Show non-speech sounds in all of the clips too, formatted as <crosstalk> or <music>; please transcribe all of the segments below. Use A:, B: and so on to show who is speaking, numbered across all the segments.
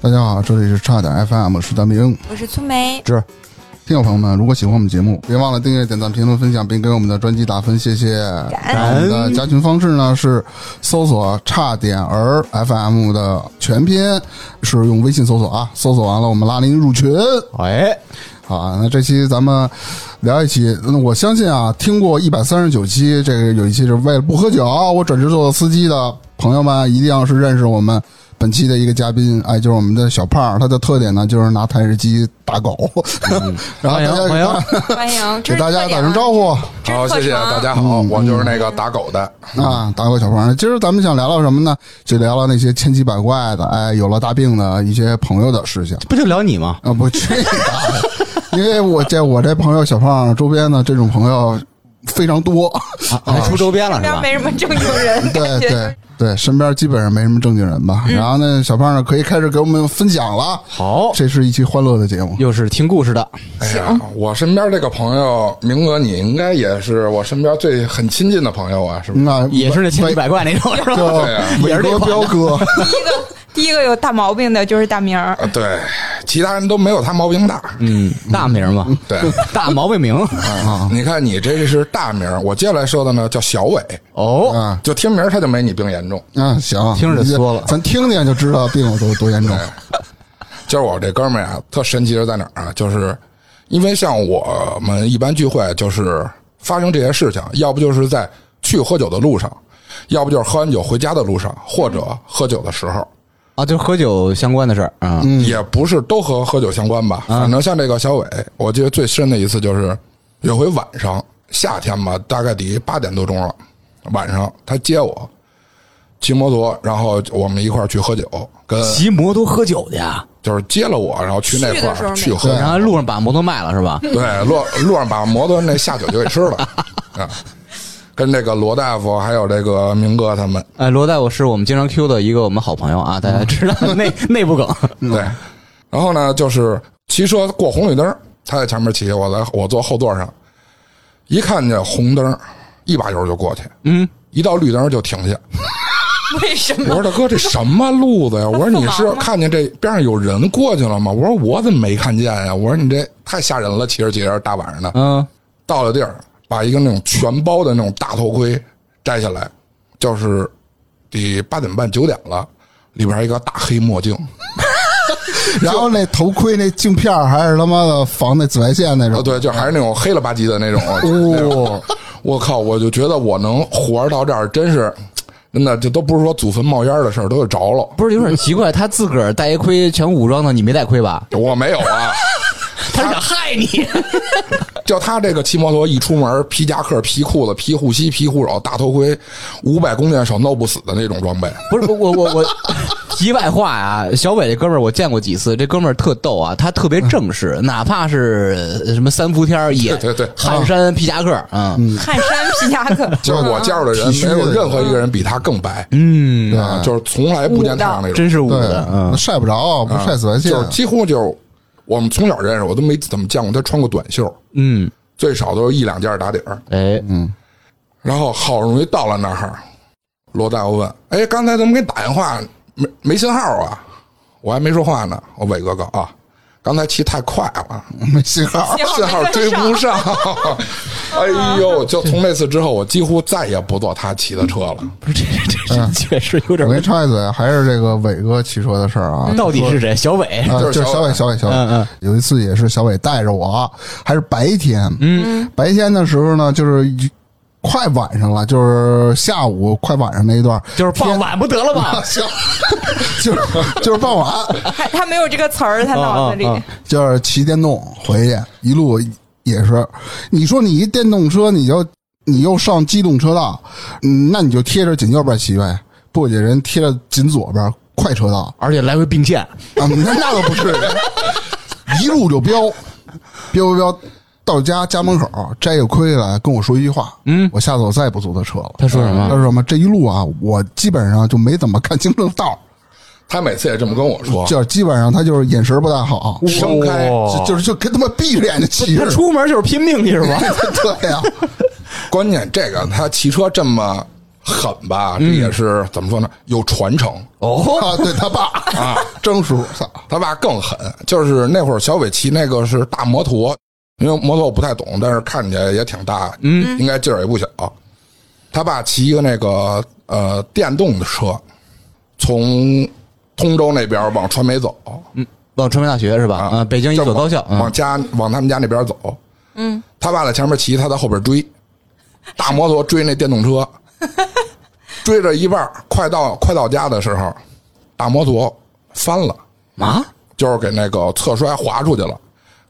A: 大家好，这里是差点 FM，我是张冰。
B: 我是粗梅，
A: 听众朋友们，如果喜欢我们节目，别忘了订阅、点赞、评论、分享，并给我们的专辑打分，谢谢。
B: 感
A: 我们的加群方式呢是搜索“差点儿 FM” 的全拼，是用微信搜索啊，搜索完了我们拉您入群。
C: 哎，
A: 好啊，那这期咱们聊一期，嗯我相信啊，听过一百三十九期，这个有一期是为了不喝酒，啊我转职做司机的朋友们，一定要是认识我们本期的一个嘉宾，哎，就是我们的小胖儿，他的特点呢就是拿台式机打狗， <laughs> 然后大
C: 欢迎
A: 家
C: 欢迎，
B: 欢迎，
A: 给大家打
B: 啊
A: 声招呼
D: 好，谢谢啊大家好，我就是那个打狗的。
A: 啊，打狗小胖儿。今儿咱们想聊聊什么呢？就聊聊那些千奇百怪的，哎，有了大病的一些朋友的事情。
C: <laughs> 不就聊你吗？
A: 啊，不去你的！因为我这我这朋友小胖儿周边呢，这种朋友非常多，
C: 啊还出周边了
B: 身边
C: 是吧？
B: 没什么正经
A: <laughs>
B: 人，
C: <laughs>
A: 对
B: 感觉
A: 对对，身边基本上没什么正经人
C: 嗯
A: 吧。然后呢，小胖呢可以开始给我们分享了，
C: 好，
A: 这是一期欢乐的节目。
C: 又是听故事的，
D: 哎呀，我身边这个朋友，明哥，你应该也是我身边最很亲近的朋友啊，是不是？
A: 那
C: 也是那千奇百怪那种是吧？
D: 对啊
A: 伟
C: 也是这
A: 哥
C: 款
A: 彪哥，
C: <laughs>
B: 第一个第一个有大毛病的就是大明儿，
D: 啊，对，其他人都没有他毛病大。
C: 嗯，大名嘛，
D: 对，
C: 大毛病名
D: 你看你这是大名，我接下来说的呢叫小伟，
C: 哦，
A: 啊
D: 就听名他就没你病严重。
A: 嗯，行，
C: 听着
A: 你
C: 缩了
A: 咱听听就知道病有多多严重。
D: 就是我这哥们儿呀，特神奇的在哪儿啊？就是因为像我们一般聚会，就是发生这些事情，要不就是在去喝酒的路上，要不就是喝完酒回家的路上，或者喝酒的时候。
C: 啊，就喝酒相关的事儿啊，
D: 也不是都和喝酒相关吧。反正像这个小伟，我记得最深的一次就是有回晚上，夏天吧，大概得八点多钟了，晚上他接我，骑摩托，然后我们一块儿去喝酒，跟
C: 骑摩托喝酒的呀，
D: 就是接了我，然后去那
B: 去
D: 块
B: 的时候
D: 儿
B: 那
D: 去喝
C: 然，后路上把摩托卖了是吧？
D: 对，路路上把摩托那下酒就给吃了啊。跟这个罗大夫还有这个明哥他们，
C: 哎，罗大夫是我们经常 Q 的一个我们好朋友啊，大家知 <laughs> 道内内部梗，
D: 对，然后呢，就是骑车过红绿灯儿，他在前面骑，我在我坐后座上，一看见红灯儿，一把油就过去，嗯，一到绿灯儿就停下。
B: 为什
D: <laughs>
B: 么？
D: 我说大哥，这什么路子呀？我说你是看见这边上有人过去了吗？我说我怎么没看见呀？我说你这太吓人了，骑着骑着大晚上的，
C: 嗯，
D: 到了地儿，把一个那种全包的那种大头盔摘下来，就是得八点半九点了，里边一个大黑墨镜。
A: 然后那头盔那镜片儿还是他妈的防那紫外线那
D: 啊，
A: 种。
C: 哦
D: 对，就还是那种黑了吧唧的那种。 <laughs> 那种我靠，我就觉得我能活着到这儿，真是，真的，这都不是说祖坟冒烟的事儿，都有着了。
C: 不是有点奇怪，他自个儿带一盔全武装的，你没带盔吧？
D: 我没有啊，
C: 他是想害你，
D: 就他这个骑摩托一出门，皮夹克、皮裤子、皮护膝、皮护手、大头盔，五百弓箭手闹不死的那种装备。
C: 不是我我我，题外话啊，小伟这哥们儿我见过几次，这哥们儿特逗啊，他特别正式，哪怕是呃什么三伏天儿也
D: 对对对
C: 汗衫皮夹克啊，嗯
B: 汗衫皮夹克，
D: 就是我见着的人，
A: 体恤
D: 没
A: 的
D: 有
A: 人
D: 任何一个人比他更白，
C: 嗯，
D: 啊，就是从来不见太阳那种。
C: 真啊是武
A: 对
C: 的，，嗯，
A: 晒不着，啊不晒紫外线
D: 就。是几乎就是我们从小认识，我都没怎么见过他穿过短袖，
C: 嗯，
D: 最少都是一两件打底儿。
C: 哎，
D: 然后好容易到了那儿，罗大夫问：“哎，刚才怎么给你打电话没没信号啊？”我还没说话呢，我伟哥告啊，刚才骑太快了，
A: 没信
C: <laughs>
A: 号。
D: 信号追不上。 <laughs> 哎呦，就从那次之后，我几乎再也不坐他骑的车了。
C: 不是这这这确实
A: <laughs>
C: 有点
A: 我，给你插一嘴，还是这个伟哥骑车的事儿啊。
C: 到底是谁？小伟，
A: 啊，
D: 就
A: 就是是小
D: 小
A: 伟，
D: 伟
A: 小伟，小伟。
C: 嗯嗯
A: 有一次也是小伟带着我，还是白天。嗯，白天的时候呢，就是一快晚上了，就是下午快晚上那一段，
C: 就是傍晚不得了吗？
A: 行，就是就是傍晚，
B: 还他没有这个词儿，他脑子里
C: 啊啊啊
A: 就是骑电动回去，一路也是，你说你一电动车，你就你又上机动车道，嗯，那你就贴着紧右边骑呗，不给人贴着紧左边快车道。
C: 而且来回并线，
A: <laughs> 啊，那那倒不至于，一路就飙，飙飙飙，到家家门口摘下盔来跟我说一句话，嗯，我下次我再也不坐他车了。
C: 他说什么
A: 他说什么？这一路啊，我基本上就没怎么看清正道，
D: 他每次也这么跟我说，
A: 就是基本上他就是眼神不太好，
D: 生开
A: 就就是就跟他妈闭着眼睛骑
C: 他
A: 似的。 <laughs>
C: 出门就是拼命去是吧？
A: 对呀、
D: 关键这个他骑车这么狠吧，这也是怎么说呢？有传承。
C: 哦，
A: 啊，对他爸啊，张叔，操，
D: 他爸更狠，就是那会儿小伟骑那个是大摩托，因为摩托我不太懂，但是看起来也挺大，嗯，应该劲儿也不小。他爸骑一个那个呃电动的车，从通州那边往川美走，
C: 往传媒大学是吧？嗯啊，北京一
D: 就
C: 所高校。嗯
D: 往往家往他们家那边走。嗯，他爸在前面骑，他在后边追，大摩托追那电动车，追着一半儿，快到快到家的时候，大摩托翻了。
C: 啊，
D: 就是给那个侧摔滑出去了，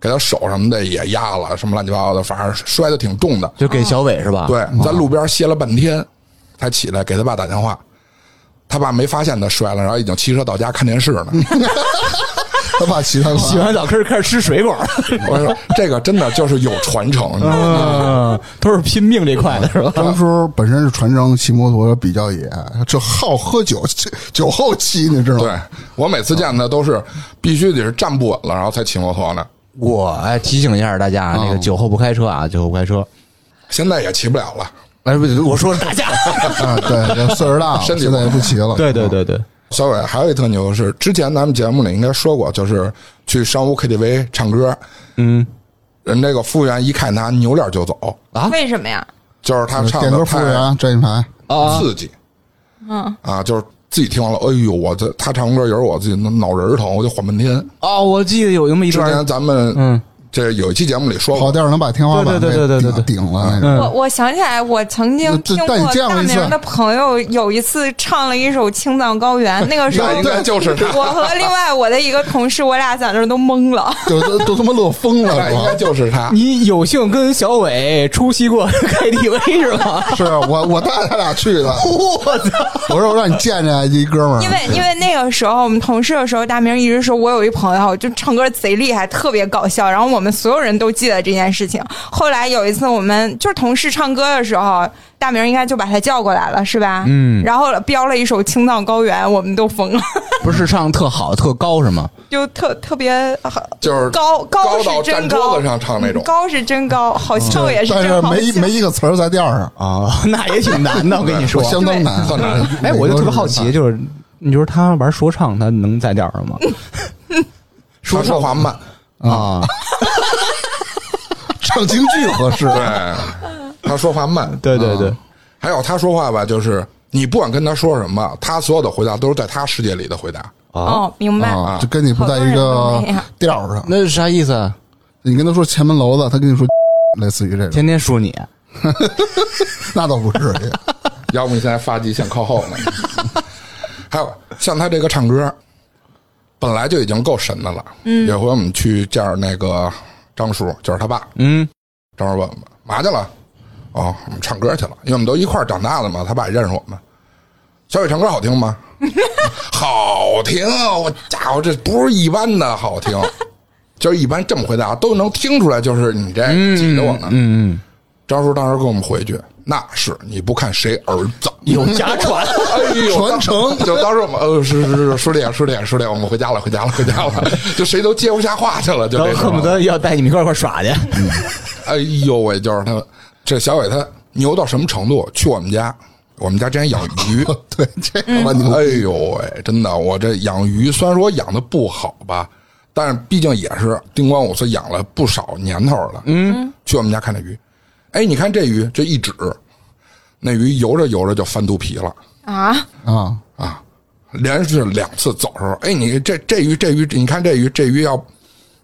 D: 给他手什么的也压了，什么乱七八糟的，反正摔的挺重的。
C: 就给小伟是吧？啊
D: 对，在路边歇了半天，才起来给他爸打电话。他爸没发现他摔了，然后已经骑车到家看电视呢。
A: 他爸骑他
C: <laughs>
A: 爸
C: 洗完澡开始开始吃水果，
D: 我说这个真的就是有传承，你知道吗？
C: 嗯，都是拼命这块的 <laughs> 是吧？
A: 张叔本身是船长，骑摩托比较野，这好喝酒，这酒后骑，你知道吗？
D: 对我每次见他都是必须得是站不稳了，然后才骑摩托呢。
C: 我哎提醒一下大家，啊，这个酒后不开车啊，酒后不开车。
D: 现在也骑不了了。
C: 哎，不，我说是大家。
A: 啊，对，这岁数大了，
D: 身体
A: 现在也不骑了。
C: 对对对对，
D: 小伟还有一特牛是，之前咱们节目里应该说过，就是去商务 KTV 唱歌，
C: 嗯
D: 人这个服务员一看他扭脸就走，
C: 啊
B: 为什么呀？
D: 就是他
A: 嗯，
D: 唱
A: 点
D: 的
A: 歌服务
D: 太
A: 员站一排，
C: 啊，
D: 刺激，嗯啊，就是自己听完了，哎呦，我这他唱歌有时候我自己脑仁儿疼，我就缓半天。
C: 哦，我记得有那么一
D: 之前
C: 段，
D: 咱们
C: 嗯，
D: 这有一期节目里说
A: 跑
D: 过，
A: 调能把天花板
C: 对对对对对
A: 给
C: 对
A: 顶顶了那种。
C: 嗯
B: 我我想起来，我曾经
A: 这
B: 听过
A: 但你见过
B: 大
A: 一次
B: 明的朋友有一次唱了一首《青藏高原》，那个时候
D: 那应该就是他，
B: 我和另外我的一个同事，我俩在那儿都懵了。
A: 就都都他妈乐疯了，
D: 那
A: 是
D: <laughs> 应该
A: 吧？
D: 就是他。
C: 你有幸跟小伟出席过 <laughs> KTV 是吧？
A: 是啊我我带他俩去的，
C: 我操！
A: 我说我让你见见一哥们儿，
B: 因为因为那个时候我们同事的时候，大明一直说我有一朋友就唱歌贼厉害，特别搞笑，然后我们所有人都记得这件事情。后来有一次我们就是同事唱歌的时候，大明应该就把他叫过来了，是吧？
C: 嗯
B: 然后标了一首《青藏高原》，我们都疯了，
C: 不是唱特好特高是吗？
B: 就特特别
D: 就是
B: 高
D: 高
B: 是
D: 到
B: 真
D: 站
B: 高，
D: 桌子上唱那种嗯
B: 高是真高，好笑也是
A: 但
B: 真
A: 是
B: 好啊
A: 没
B: 笑
A: 没一个词儿在调上，
C: 啊， <laughs> 那也挺难 <laughs> 的，我跟你说。
A: 相当难，
D: 特
A: <laughs>
D: 难
C: 哎，我就特别好奇，就是你说他玩说唱，他能在调上吗？
D: 说说话慢，
C: 啊，
A: 唱京剧合适，
D: 对，他说话慢，
C: <laughs> 对对对，
D: 还有他说话吧，就是你不管跟他说什么，他所有的回答都是在他世界里的回答。
C: 啊，
B: 哦，明白。
A: 啊，就跟你不在一
B: 好多
A: 个
B: 人都那样
A: 调上。
C: 那是啥意思啊？
A: 你跟他说前门楼子，他跟你说 <laughs> 类似于这种，
C: 天天说你
A: 那倒不至于。
D: <laughs>
A: <laughs>
D: 要不你现在发际线靠后呢？还有像他这个唱歌，本来就已经够神的了。嗯，有回我们去见着那个张叔，就是他爸。
C: 嗯，
D: 张叔问我们嘛去了？哦，我们唱歌去了，因为我们都一块儿长大的嘛，他爸也认识我们。小伟唱歌好听吗？好听，啊我家伙这不是一般的好听，就是一般这么回答都能听出来，就是你这挤着我呢。
C: 嗯嗯，
D: 张叔当时跟我们回一句：“那是你不看谁儿子
C: 有家传，
D: 哎呦，
A: 传承
D: 就当时我们呃是是是说这样说这样说这样，我们回家了回家了回家了， <laughs> 就谁都接不下话去了，就
C: 然
D: 这
C: 后
D: 种
C: 恨不得要带你们一块儿一块儿耍去。
D: 哎呦喂，就是他这小伟他牛到什么程度？去我们家，我们家之前养
A: <laughs>
D: 鱼，
A: 对，这个吧，你
D: 哎呦喂，真的，我这养鱼虽然说我养的不好吧，但是毕竟也是丁光五是养了不少年头了。嗯，去我们家看这鱼，哎，你看这鱼，这一指，那鱼游着游着就翻肚皮了。
B: 啊，
C: 嗯
A: 啊，
D: 啊，连续两次走的时候，哎，你这这鱼这鱼，你看这鱼这鱼要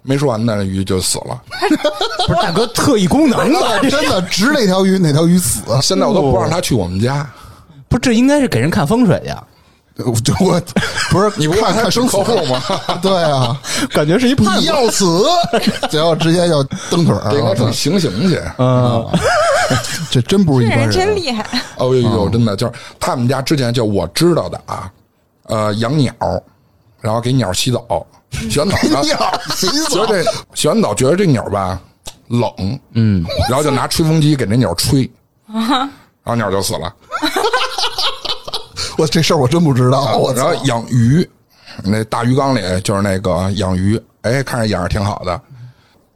D: 没说完，那鱼就死了。
C: 不是大哥特异功能吧？ <laughs> 这
A: 真的指哪条鱼哪条鱼死，
D: 现在我都不让他去我们家，
C: 不是这应该是给人看风水呀，
A: 我就我不是
D: 你不
A: 看
D: 让他
A: 看
D: 去
A: 生死
D: 客户吗？
A: <laughs> 对啊，
C: 感觉是一
A: 你要死， <laughs> 结果直接要蹬腿
D: 这应该
A: 儿，
D: 说行刑去。
C: 嗯，
A: 这真不是
B: 这
A: 一般啊
B: 人真厉害。
D: 哦呦
A: 嗯
D: 呦，真的就是他们家之前就我知道的啊，呃，养鸟，然后给鸟洗澡， <laughs> 洗完澡
A: <laughs>
D: 呢，
A: 鸟洗
D: 觉
A: 澡
D: 得这洗完澡觉得这鸟吧冷，嗯，然后就拿吹风机给那鸟吹，然后鸟就死了。
A: <laughs> 我这事儿我真不知道，我
D: 啊然
A: 操
D: 后！养鱼，那大鱼缸里就是那个养鱼，哎，看着养着挺好的。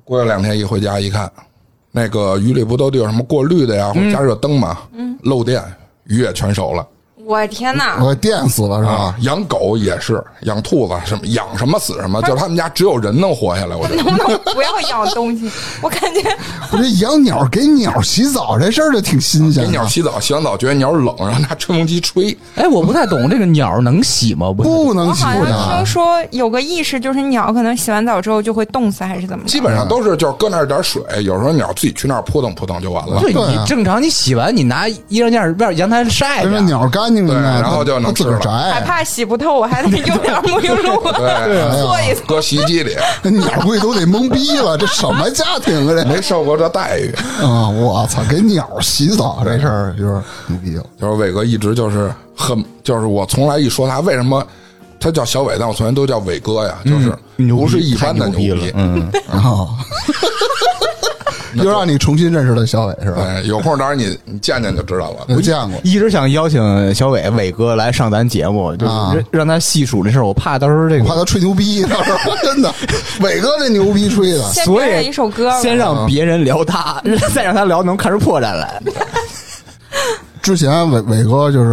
D: 过了两天一回
A: 嗯
D: 嗯家一看，那个鱼里不都得有什么过滤的呀，或者加热灯嘛，漏电，鱼也全熟了
B: 我天哪！
A: 我给电死了是
D: 啊
A: 吧？。
D: 养狗也是，养兔子什么养什么死什么，就是他们家只有人能活下来。我觉得
A: <laughs>
B: 能不能不要养东西？我感觉
A: 我这养鸟给鸟洗澡这事儿就挺新鲜
D: 给
A: 的。
D: 鸟洗澡，洗完澡觉得鸟冷，然后拿吹风机吹。
C: 哎，我不太懂这个鸟能洗吗？不
A: 不能
B: 我
A: 洗
B: 好像听
D: 啊
A: 的，
B: 说有个意识，就是鸟可能洗完澡之后就会冻死，还是怎么
D: 基
B: 着？
D: 本上都是就是搁那儿点水，有时候鸟自己去那儿扑腾扑腾就完了。
C: 对
A: 对
C: 你
A: 啊
C: 正常，你洗完你拿衣裳架外阳台晒
A: 因为
C: 着，
A: 鸟干净
D: 对
A: 应该，
D: 然后就
A: 它
D: 能
A: 自个儿
D: 吃
A: 摘。
B: 还怕洗不透，我还得用
D: <laughs>
B: 点沐浴露
D: 对，啊
B: 做一做。
D: 搁洗衣机里
A: 那鸟估计都得懵逼了，这什么家庭啊
D: 没受过这待遇。
A: 这？啊，我操，给鸟洗澡这事儿就是牛逼了。
D: 就是伟哥一直就是很，就是我从来一说他为什么他叫小伟，但我从来都叫伟哥呀，就是不是一般的
C: 牛逼了嗯，
A: 然后又让你重新认识了小伟是吧？
D: 哎，有空当然你你见见就知道了。
A: 没见过，
C: 一直想邀请小伟伟哥来上咱节目，就是
A: 啊
C: 让让他细数这事儿，我怕到时候这
A: 怕
C: 个，
A: 他吹牛逼，到时候真的，伟哥这牛逼吹的。
B: 先
C: 所
B: 给我
C: 以
B: 一首歌吧
C: 先让别人聊 <laughs> 他，再让他聊能看出破绽来。
A: 之前伟伟哥就是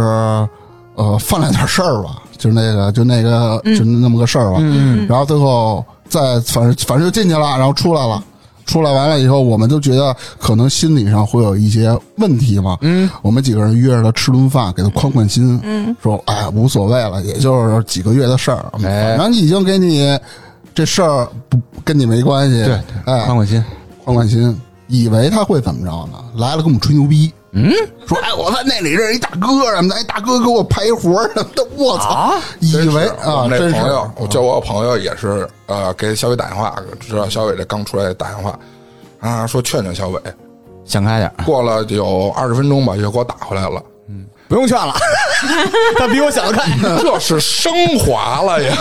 A: 呃犯了点事儿吧，就那个就那个、就那么个事儿吧。嗯，然后最后再反正反正就进去了，然后出来了。出来完了以后，我们都觉得可能心理上会有一些问题嘛。嗯，我们几个人约着他吃顿饭，给他宽宽心。嗯，说哎无所谓了，也就是几个月的事儿，
C: 哎
A: 反正已经给你这事儿不跟你没关系。哎，
C: 宽宽心，
A: 宽宽心，以为他会怎么着呢？来了跟我们吹牛逼，嗯，说哎，我在那里认识一大哥什么的，哎，大哥给我排活什么的，我操，以
D: 啊真是
A: 为
D: 我
A: 啊，
D: 那
A: 真是
D: 朋友，我叫我朋友也是，呃，给小伟打电话，知道小伟这刚出来打电话，啊，说劝劝小伟。
C: 想开点儿，
D: 过了有二十分钟吧，就给我打回来了， <laughs>
C: 不用劝 <laughs> 了，他比我想得开。
D: 这是升华了呀！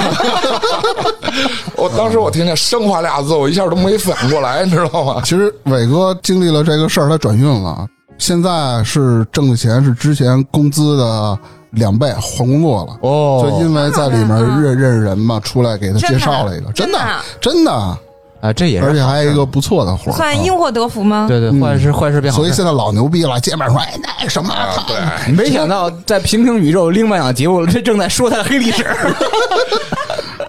D: <laughs> 我当时我听见“升华”俩字，我一下都没反应过来，你知道吗？ <laughs>
A: 其实伟哥经历了这个事儿，他转运了，现在是挣的钱是之前工资的两倍，换工作了。
C: 哦
A: 就因为在里面认认识人嘛，出来给他介绍了一个，真
B: 真的
A: 的
B: 啊
A: 真的，
C: 啊，这也
A: 而且还有一个不错的活儿，啊
B: 算因祸得福吗？
C: 对对，坏事坏事变好
A: 所以
C: 事。
A: 现在老牛逼了，见面说哎那什么，
D: 啊，对，
C: 没想到在平行宇宙另外一档节目，这正在说他的黑历史。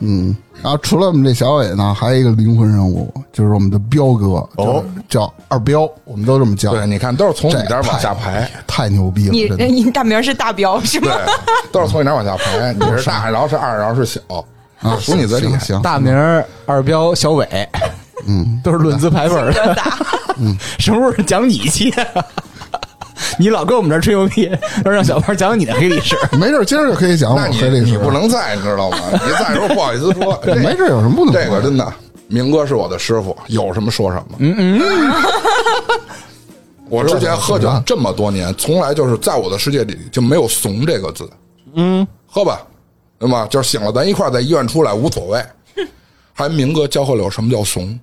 A: 嗯然后除了我们这小伟呢，还有一个灵魂人物，就是我们的彪哥，哦，叫二彪，我们都这么叫。
D: 对，你看都是从你
A: 这
D: 这儿往下排，
A: 太牛逼
B: 你哎
A: 了！真的
B: 你大名是大彪是
D: 对
B: 吗？，
D: 都是从你这儿往下
A: <laughs>
D: 排，你是大，然后是二，然后是小，
A: 啊，
D: 数你最厉害。
A: 行，行
C: 大名儿二彪小伟，嗯， <laughs> 都是论资排辈儿的。 <laughs> 什么时候讲你去啊？ <laughs> 你老跟我们这儿吹牛逼，要让小胖讲你的黑历史。
A: 没事，今儿就可以讲我
D: 那你
A: 黑历史
D: 你不，能在，你知道吗？你在时候不好意思说，
A: 对， <laughs> 没事，有什么
D: <laughs>
A: 不能
D: 这
A: 说的？
D: 个真的，明哥是我的师傅，有什么说什么。嗯嗯。 <laughs> 我之前喝酒这么多年，从来就是在我的世界里就没有“怂”这个字。嗯，喝吧，对吗？就是醒了，咱一块儿在医院出来无所 <laughs> 谓。还明哥教会了我什么叫 <laughs> 怂，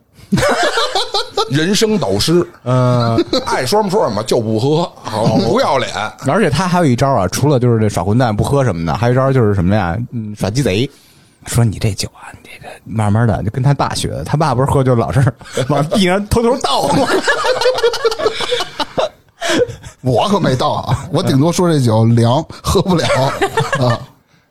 D: 人生导师。嗯，哦爱说什么说什么，就不喝，好不要脸。
C: <laughs> 而且他还有一招啊，除了就是这耍混蛋不喝什么的，还有一招就是什么呀？嗯，耍鸡贼。说你这酒啊，你这个慢慢的就跟他爸学的，他爸不是喝酒老 <laughs> 是往地上偷偷倒吗？
A: <laughs> 我可没到啊，我顶多说这酒凉，喝不了啊。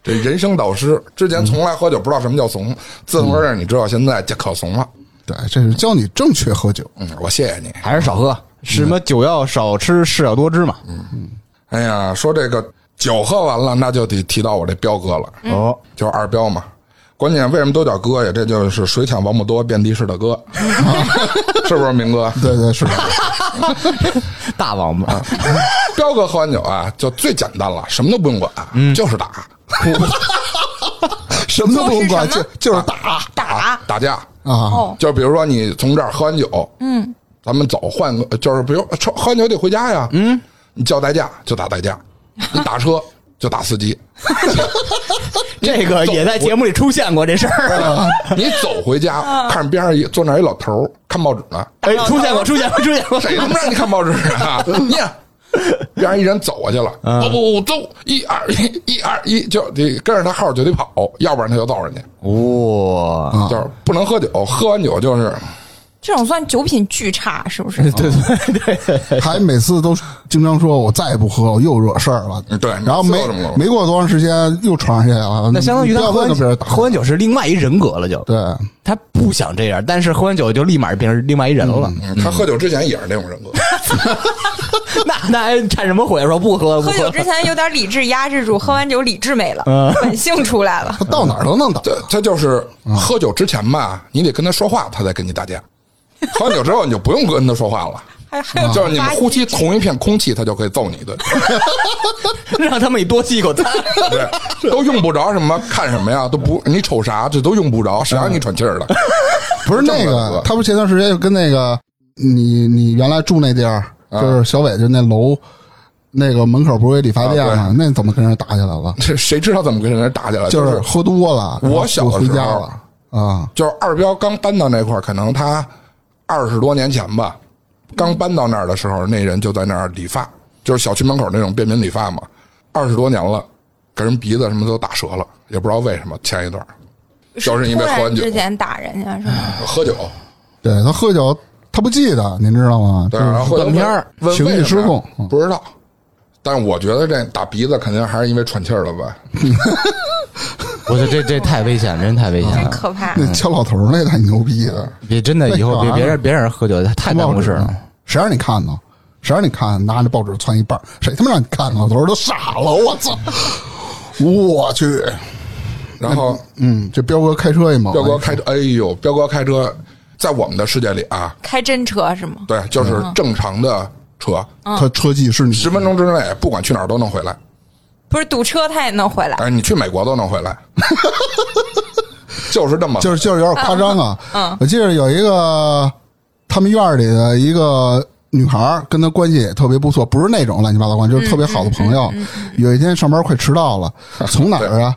D: 这人生导师之前从来喝酒不知道什么叫怂，自从认识你之后，现在就可怂了。
A: 对，这是教你正确喝酒。
D: 嗯，我谢谢你。
C: 还是少喝，什么酒要少吃，事要多知嘛。
D: 哎呀，说这个酒喝完了，那就得提到我这彪哥了，
C: 哦，
D: 就是二彪嘛。关键为什么都叫哥呀？这就是水产王八多遍地是的哥，是不是明哥？
A: 对对是的，
C: 大王八，
D: 彪哥喝完酒啊，就最简单了，什么都不用管，啊就是打
A: 什么都不用管，
B: 都
A: 就
B: 是什么
A: 就是打
B: 打
D: 打架。
A: 啊。
B: 哦，
D: 就比如说你从这儿喝完酒，嗯，咱们走，换个就是比如抽喝完酒得回家呀，嗯，你叫代驾就打代驾，你打车就打司机，
C: 这个也在节目里出现过这事 <laughs> 儿，
D: <laughs> 你走回家看边上一坐那儿一老头儿看报纸呢，
C: 哎，出现过，出现过，出现过。
D: <laughs> 谁他妈让你看报纸啊？你看，让人一人走过去了，不不不，走，一二一，一二一，就得跟着他号就得跑，要不然他就揍人家。
C: <laughs> 哇，
D: 就是不能喝酒，喝完酒就是
B: 这种算酒品巨差，是
D: <laughs>
B: 不是？
C: <laughs> 对对对对，
A: 还每次都经常说我再也不喝了，我又惹事儿了。
D: 嗯对
A: 然后没
D: 每次都这么说
A: 没过多长时间又传下去了。
C: <laughs> 那相当于
A: 你
C: 他
A: 不要
C: 喝
A: 再
C: 完
A: 跟别人打
C: 喝完酒是另外一人格了，就
A: 对，
C: 他不想这样，但是喝完酒就立马变成另外一人了。
D: 嗯他喝酒之前也是那种人
C: <laughs>
D: 格，
C: 那那还忏什么悔？说不喝不
B: 喝
C: <laughs>
B: 酒之前有点理智压制住，喝完酒理智没了，
D: 嗯
B: 本性出来了。
A: 他到哪儿都能打。
D: 他他就是喝酒之前吧，你得跟他说话，他再跟你打架。喝完酒之后，你就不用跟他说话了，
B: 还还有
D: 嗯就是你们呼吸同一片空气，他就可以揍你一顿。
C: 让他们你多吸一 <laughs> 口痰。
D: 对，都用不着什么看什么呀，都不你瞅啥，这都用不着，谁让你喘气儿了？ <laughs>
A: 不是那
D: 这么
A: 个
D: 个，
A: 他不是前段时间就跟那个你你原来住那地儿，
D: 啊
A: 就是小伟就那楼那个门口不是有理
D: 啊
A: 发店吗？那怎么跟人打起来了？
D: 这谁知道怎么跟人打起来？
A: 就
D: 就是
A: 喝多了，
D: 我小
A: 然后
D: 的
A: 回
D: 时候
A: 家了啊，
D: 就是二彪刚搬到那块儿，可能他二十多年前吧，刚搬到那儿的时候，那人就在那儿理发，就是小区门口那种便民理发嘛，二十多年了，给人鼻子什么都打折了，也不知道为什么。前一段就是因为喝
B: 突然
D: 完酒嗯
B: 之嗯前打人啊家是吧？
D: 喝酒，
A: 对他喝酒他不记得，您知道吗？
D: 对，啊然后
C: 断片儿
D: 问
A: 情绪
D: 为什么
A: 失控
D: 呀
A: 嗯
D: 不知道。但是我觉得这打鼻子肯定还是因为喘气儿了吧？
C: 我觉得这这太危险，真太危险
B: 真
C: 了。
B: 可怕！
D: 嗯
A: 那敲老头儿那太牛逼了，
C: 别真的以后别别让别让人喝酒，太耽误事了。
A: 嗯谁让你看呢？谁让你看？拿着报纸窜一半儿，谁他妈让你看呢？老头儿都傻了，我操！ <laughs> 我去，
D: 然后
A: 嗯，这彪哥开车也猛，
D: 彪哥开车，哎呦，彪哥开车，在我们的世界里啊，
B: 开真车是吗？
D: 对，就是正常的车，
A: 他车技是你
D: 十分钟之内不管去哪儿都能回来，
B: 不是堵车他也能回来，
D: 哎，你去美国都能回来， <laughs> 就是这么，
A: 就是就是有点夸张啊。我记得有一个他们院儿里的一个女孩儿，跟他关系也特别不错，不是那种乱七八糟关系，就是特别好的朋友。有一天上班快迟到 <laughs> 了，从哪儿啊？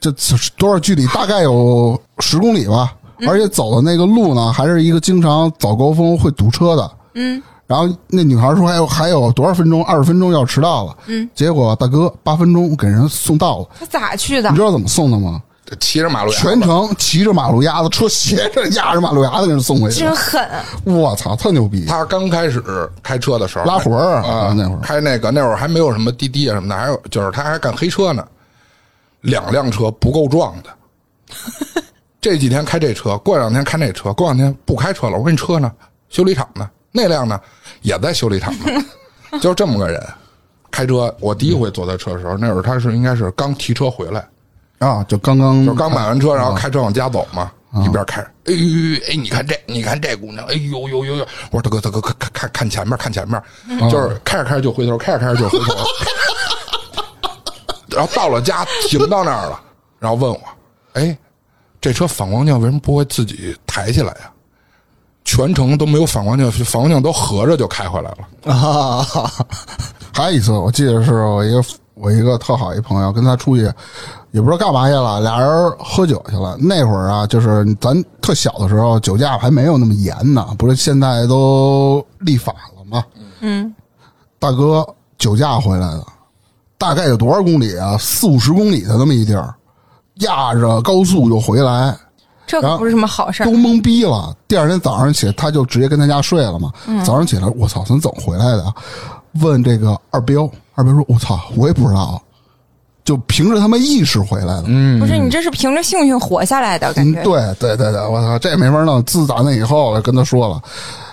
A: 这多少距离？大概有十公里吧。而且走的那个路呢，还是一个经常早高峰会堵车的。嗯。然后那女孩说：“还有还有多少分钟？二十分钟要迟到了。”嗯。结果大哥八分钟给人送到了，
B: 他咋去的
A: 你知？道怎么送的吗？
D: 骑着马路牙子
A: 全程骑着马路牙子，车斜着压着马路牙子给人送回去
B: 真。狠！啊
A: 我操，特牛逼！
D: 他刚开始开车的时候
A: 拉活儿啊
D: 啊，
A: 那会儿
D: 开那个那会儿还没有什么滴滴啊什么的，还有就是他还干黑车呢，两辆车不够撞的。 <laughs> 这几天开这车，过两天开那车，过两天不开车了。我说你车呢？修理厂呢？那辆呢？也在修理厂
A: <laughs>
D: 呢。就这么个人，开车。我第一回坐他车的时候，那会儿他是应该是刚提车回来，
A: 啊，就刚刚
D: 就刚买完
A: 嗯
D: 车，然后开车往家走嘛，一边开，哎呦呦呦，哎，你看这，你看这姑娘，哎呦呦呦呦，我说大哥大哥，看看看看前面，看前面，
A: 嗯
D: 就是开着开着就回头，开着开着就回头， <laughs> 然后到了家停到那儿了，然后问我，哎，这车反光镜为什么不会自己抬起来呀、全程都没有反光镜，反光镜都合着就开回来了。
C: 啊，
A: <laughs> 还有一次，我记得是我一个我一个特好一朋友，跟他出去也不知道干嘛去了，俩人喝酒去了。那会儿啊，就是咱特小的时候，酒驾还没有那么严呢，不是现在都立法了吗？嗯，大哥酒驾回来的，大概有多少公里啊？四五十公里的那么一地儿，压着高速就回来。
B: 这可不是什么好事儿
A: 都。懵逼了。第二天早上起来，他就直接跟他家睡了嘛。
B: 嗯
A: 早上起来，我操，咱怎么回来的啊？问这个二彪，二彪说：“我操，我也不知道，就凭着他妈意识回来的。”嗯，
B: 不是你这是凭着兴趣活下来的感觉。
A: 对对对对，我操，这没法弄。自打那以后，我跟他说了，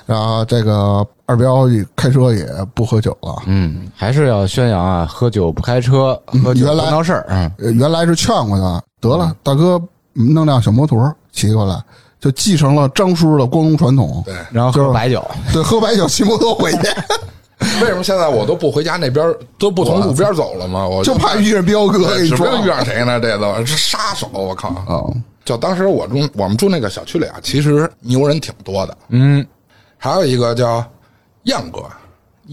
A: 然后这个二彪也开车也不喝酒了。
C: 嗯，还是要宣扬啊，喝酒不开车，喝酒不
A: 原来
C: 闹事儿。嗯，
A: 呃原来是劝过他，得了，大哥弄辆小摩托骑过来，就继承了张叔的光荣传统。
D: 对，
C: 然后喝白酒，
A: 对，喝白酒骑摩托回去。
D: 为什么现在我都不回家那边，都不从路边走了吗？我
A: 就怕遇上彪哥，跟你
D: 指不
A: 说
D: 定遇上谁呢？这都是杀手，我靠！
A: 啊，
D: 就当时我住我们住那个小区里啊，其实牛人挺多的。嗯，还有一个叫燕哥，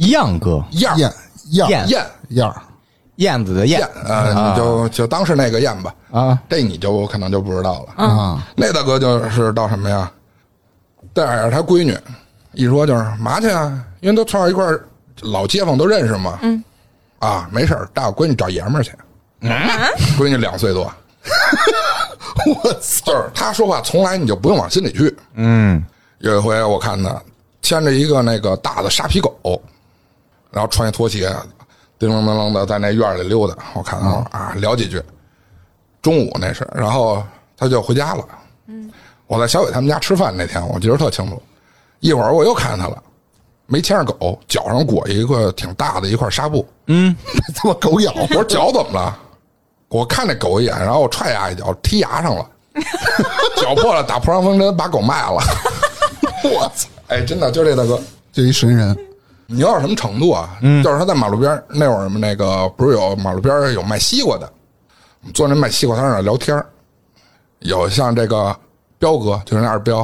C: 样哥，
D: 燕
A: 燕燕
C: 燕
D: 燕
A: 燕儿，
C: 燕子的燕
D: 燕，呃，你就就当是那个燕吧。
C: 啊，
D: 这你就可能就不知道了。
A: 啊，
D: 那大哥就是到什么呀？带着他闺女，一说就是嘛去啊，因为都从小一块儿老街坊都认识嘛。嗯，啊，没事儿，带我闺女找爷们儿去。闺女两岁多， <laughs>
A: 我操，
D: 就是他说话从来你就不用往心里去。
C: 嗯，
D: 有一回我看他牵着一个那个大的沙皮狗，然后穿一拖鞋，叮铃叮铃的在那院儿里溜达。我看啊啊，聊几句。中午那是，然后他就回家了。嗯，我在小伟他们家吃饭那天，我记得特清楚。一会儿我又看见他了，没牵着狗，脚上裹一个挺大的一块纱布。哦
A: 被他妈狗咬
D: 我说脚怎么了？我看那狗一眼，然后我踹牙一脚，踢牙上了， <laughs> 脚破了，打破伤风针，把狗卖了。 <laughs> 我操！哎，真的就是这大哥，
A: 就一神人，
D: 你要是什么程度啊？嗯，就是他在马路边儿那会儿，那个不是有马路边儿有卖西瓜的，我们坐那卖西瓜摊儿上聊天儿有像这个彪哥，就是那二彪，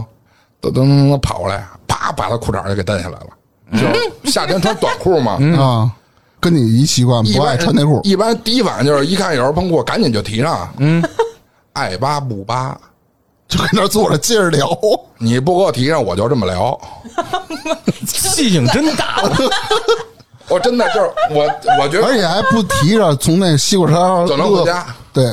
D: 噔噔噔噔跑过来，啪把他裤衩就给蹬下来了。
A: 嗯
D: 就夏天穿短裤
A: <laughs>
D: 嘛，
A: 啊，跟你一习惯，
D: 一
A: 不
D: 般
A: 爱
D: 人
A: 穿内裤，
D: 一般第一反应就是一看有人喷裤，赶紧就提上。嗯，爱扒不扒，
A: 就跟那儿坐着接着聊。
D: 你不给我提上，我就这么聊。
C: <laughs> 气性真大，
D: 我真的就是我，我觉
A: 而
D: 得
A: 且还不提着从那西瓜车上
D: 走廊回家，
A: 对，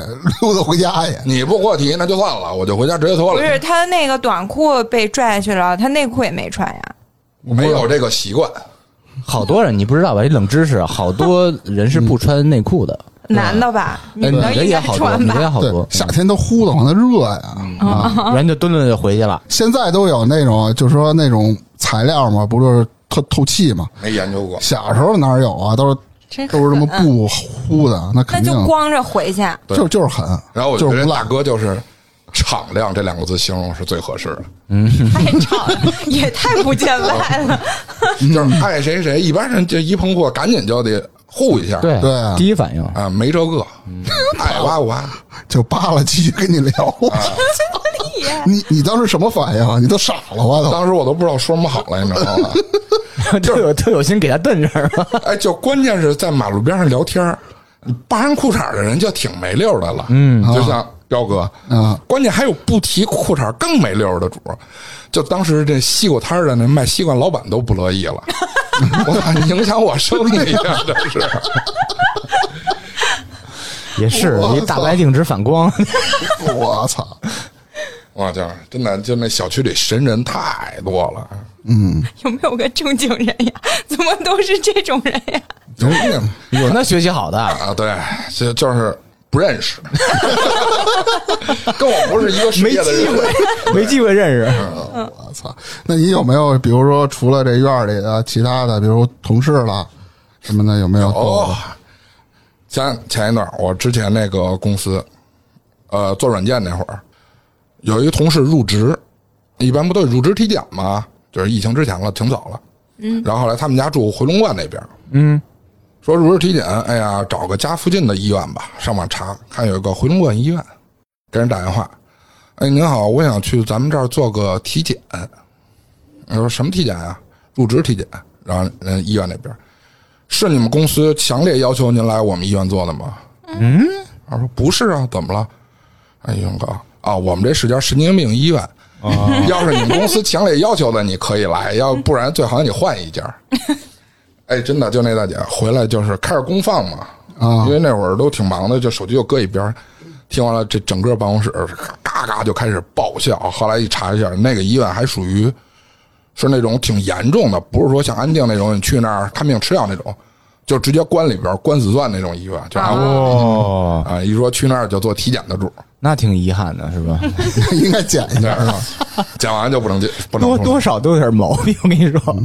A: 溜达回家去。
D: 你不给我提，那就算了，我就回家直接脱
B: 不
D: 了。
A: 哎
B: 是他那个短裤被拽下去了，他内裤也没穿呀。
D: 没有这个习惯，
C: 好多人你不知道吧？这冷知识，好多人是不穿内
B: <laughs>
C: 裤的，
B: 男的吧，
C: 哎
B: 女
C: 女
B: 的
C: 的
B: 应
C: 也
B: 该
C: 好多，
B: 穿
C: 女
B: 吧
C: 的也。好
A: 对
B: <laughs>
C: 多，，
A: 夏天都呼的慌，它热呀。啊
C: 嗯人就蹲蹲就回去了。
A: 现在都有那种，就是说那种材料嘛，不就是特透气嘛？
D: 没研究过。
A: 小时候哪有啊？都是
B: 真狠
A: 都是什么布呼的，那
B: 那
A: 肯定
B: 就光着回去，
A: 就就是狠。
D: 然后我
A: 就
D: 觉
A: 是
D: 得
A: 不
D: 大
A: 赖，
D: 哥就是“敞亮”这两个字形容是最合适的，
B: 太长了，也太不见外了。 <laughs>
A: 嗯
D: 就是爱谁谁。一般人就一碰裤，赶紧就得护一下。
C: 对
A: 对啊
C: 第一反应
D: 啊，没这个， <laughs> 爱挖不挖。
A: 就扒拉，继续跟你聊。
D: 啊
A: 你你当时什么反应啊？你都傻了吧？都
D: 当时我都不知道说什么好了，你知道吗？
C: <laughs> 特有特有心给他瞪这儿了。
D: 哎，就关键是在马路边上聊天儿，扒上裤衩的人就挺没溜儿的了。嗯，
C: 啊
D: 就像彪哥，
A: 嗯，
D: 关键还有不提裤衩更没溜儿的主儿。就当时这西瓜摊儿的那卖西瓜老板都不乐意
C: <laughs>
D: 了，我操，你影响我生意呀，这是。
C: <laughs> 也是
A: 我操
C: 一大白净直反光，
A: 我操！
D: 我操，真的，就那小区里神人太多了。
B: 有没有个正经人呀？ <laughs> 怎么都是这种人呀？
D: 有那
C: <laughs> 有那学习好的，
D: 啊，对，就就是不认识， <laughs> 跟我不是一个世
C: 没
D: 界的
C: 机
D: 人。
C: 会， <laughs> 没机会认识。
A: 嗯我操！那你有没有比如说除了这院儿里的其他的，比如同事了什么的，有没有？
D: 哦，前前一段儿我之前那个公司，呃，做软件那会儿，有一同事入职，一般不都有入职体检吗？就是疫情之前了，挺早了。嗯，然后后来他们家住回龙观那边，嗯，说入职体检，哎呀，找个家附近的医院吧，上网查看有一个回龙观医院，给人打电话，哎，您好，我想去咱们这儿做个体检。我说什么体检啊？入职体检。然后人医院那边，是你们公司强烈要求您来我们医院做的吗？嗯，他说不是啊，怎么了？哎，医生哥啊，我们这是家神经病医院， <laughs> 要是你们公司强烈要求的，你可以来，要不然最好你换一家。哎，真的，就那大姐回来就是开始公放嘛，
A: 啊
D: 因为那会儿都挺忙的，就手机就搁一边儿。听完了，这整个办公室嘎嘎就开始爆笑。后来一查一下，那个医院还属于是那种挺严重的，不是说像安定那种你去那儿看病吃药那种，就直接关里边儿关死算那种医院，就啊
C: 哦，
D: 啊，一说去那儿就做体检的主，
C: 那挺遗憾的，是吧？
A: 应该剪一
D: 对
A: 下。
D: 吧？ <laughs> 讲完就不能进，不能
C: <laughs> 多
D: 出
C: 多少都有点毛病，我跟你说。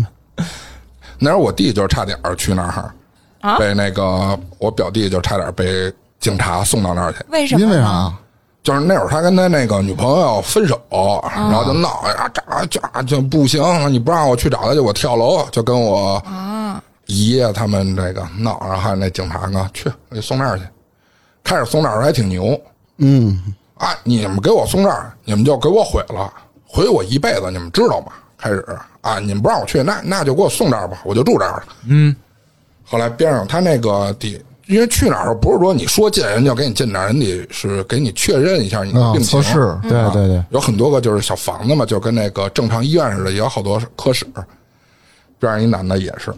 D: 那时候我弟就是差点儿去那儿，被那个我表弟就差点儿被警察送到那儿去。
B: 为什么？
A: 因为？啥？啊
D: 就是那会儿他跟他那个女朋友分手，然后就闹啊，这这就不行，你不让我去找他去，我跳楼，就跟我姨呀他们这个闹，然后还有那警察呢，去给送那儿去。开始送那儿还挺牛，
A: 嗯，
D: 啊，你们给我送这儿，你们就给我毁了，毁我一辈子，你们知道吗？开始啊，你们不让我去，那那就给我送这儿吧，我就住这儿了。嗯，后来边上他那个得，因为去哪儿不是说你说进人就给你进哪儿，人得是给你确认一下你的
A: 啊，
D: 病情。
A: 测
D: 嗯
A: 试啊
C: 对对对，
D: 有很多个就是小房子嘛，就跟那个正常医院似的，也有好多科室。边上一男的也是，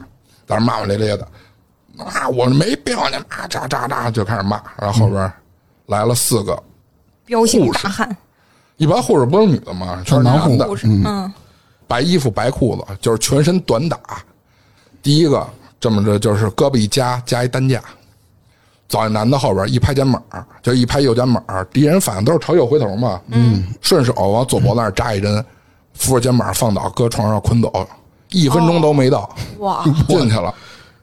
D: 在那骂骂咧咧的，啊，我没病，你妈喳喳喳就开始骂，然后后边来了四个
B: 彪形大汉，
D: 一般护士不是女的吗？全是
A: 男护
D: 男的
B: 护。士，嗯，
D: 白衣服白裤子，就是全身短打。第一个这么着就是胳膊一夹，夹一担架，走在男的后边一拍肩膀，就一拍右肩膀，敌人反正都是朝右回头嘛，嗯，顺手往左脖子那儿扎一针，扶着肩膀放倒，搁床上捆走，一分钟都没到，
B: 哇，
D: <laughs> 进去了，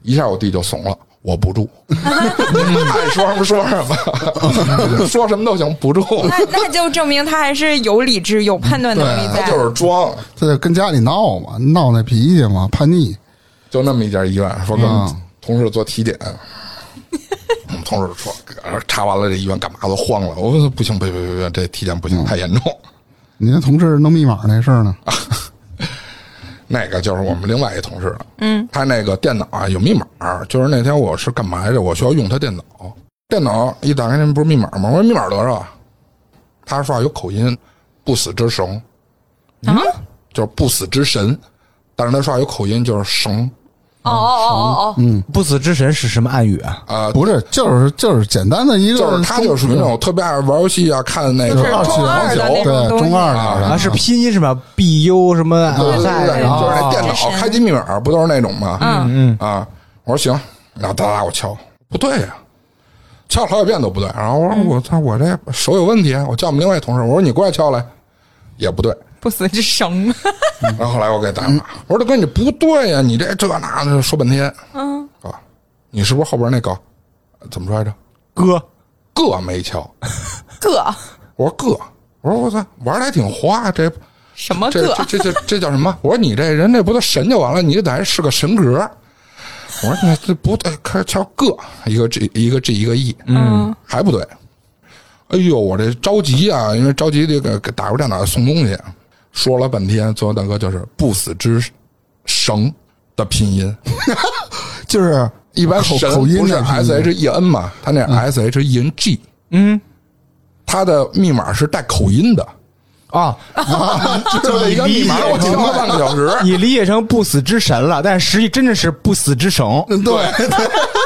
D: 一下我弟就怂了，我不住，爱说什么说什么， <laughs> 说什么都行，不住，
B: 那那就证明他还是有理智、有判断能力
D: 嗯啊他
B: 在。
D: 就是装，
A: 他就跟家里闹嘛，闹那脾气嘛，叛逆。
D: 就那么一家医院，说跟
A: 嗯
D: 同事做体检。我们同事说，查完了这医院干嘛都慌了。我说不行，不行，不行，不行，这体检不行，太严重。
A: 你那同事弄密码那事儿呢？
D: 啊那个就是我们另外一同事了，嗯，他那个电脑啊有密码儿，就是那天我是干嘛来着？我需要用他电脑，电脑一打开，那不是密码吗？我说密码得着，他说话有口音，不死之绳，
B: 啊，
D: 就是不死之神，但是他说话有口音，就是绳
B: 哦哦哦哦哦，
C: 不死之神是什么暗语啊？
D: 啊、
A: 不是，就是就是简单的一个，
D: 就是他就属于那种特别爱玩游戏啊，看那
A: 啊就是
D: 个
A: 二次
B: 中
A: 元
B: 二的
A: 对
B: 那种东西
A: 中二那种
C: 啊，是拼音是吧？B U 什么
D: 对对对，
C: 哎
D: 就是那
C: 哦
D: 电脑开机密码不都是那种吗？
C: 嗯
D: 啊，我说行，然后哒哒我敲，不对呀、敲了好几遍都不对。然后我说我操，我这手有问题啊，我叫我们另外一同事，我说你过来敲来，也不对。
B: 不死之啊绳，
D: 然后后来我给打电话，我说大哥你不对呀、你这这那的说半天，嗯啊，你是不是后边那个怎么说来着？
C: 哥，
D: 个没敲，
B: <laughs> 个
D: 我说个，我说我操，玩的还挺花，啊这
B: 什么
D: 这
B: 个？
D: 这这这这叫什么？我说你这人这不都神就完了，你这咋还是个神格？我说那这不对，开始敲个一个 G 一个 G 一个 E，嗯，还不对。哎呦，我这着急啊，因为着急这个给打开电脑送东西，说了半天，最后大哥就是不死之绳的拼音，
A: 就是
D: 一般
A: 口
D: 神
A: 口音啊嗯
D: 不是
A: 的
D: S
A: <laughs>
D: H E N 嘛，他那 S H E N G，
C: 嗯
D: 他的密码是带口音 <laughs> 的，
C: 啊，
D: 就这一个密码我听了半个小时，
C: <laughs> 你理解成不死之神了，但实际真的是不死之绳。
A: 对
D: <laughs>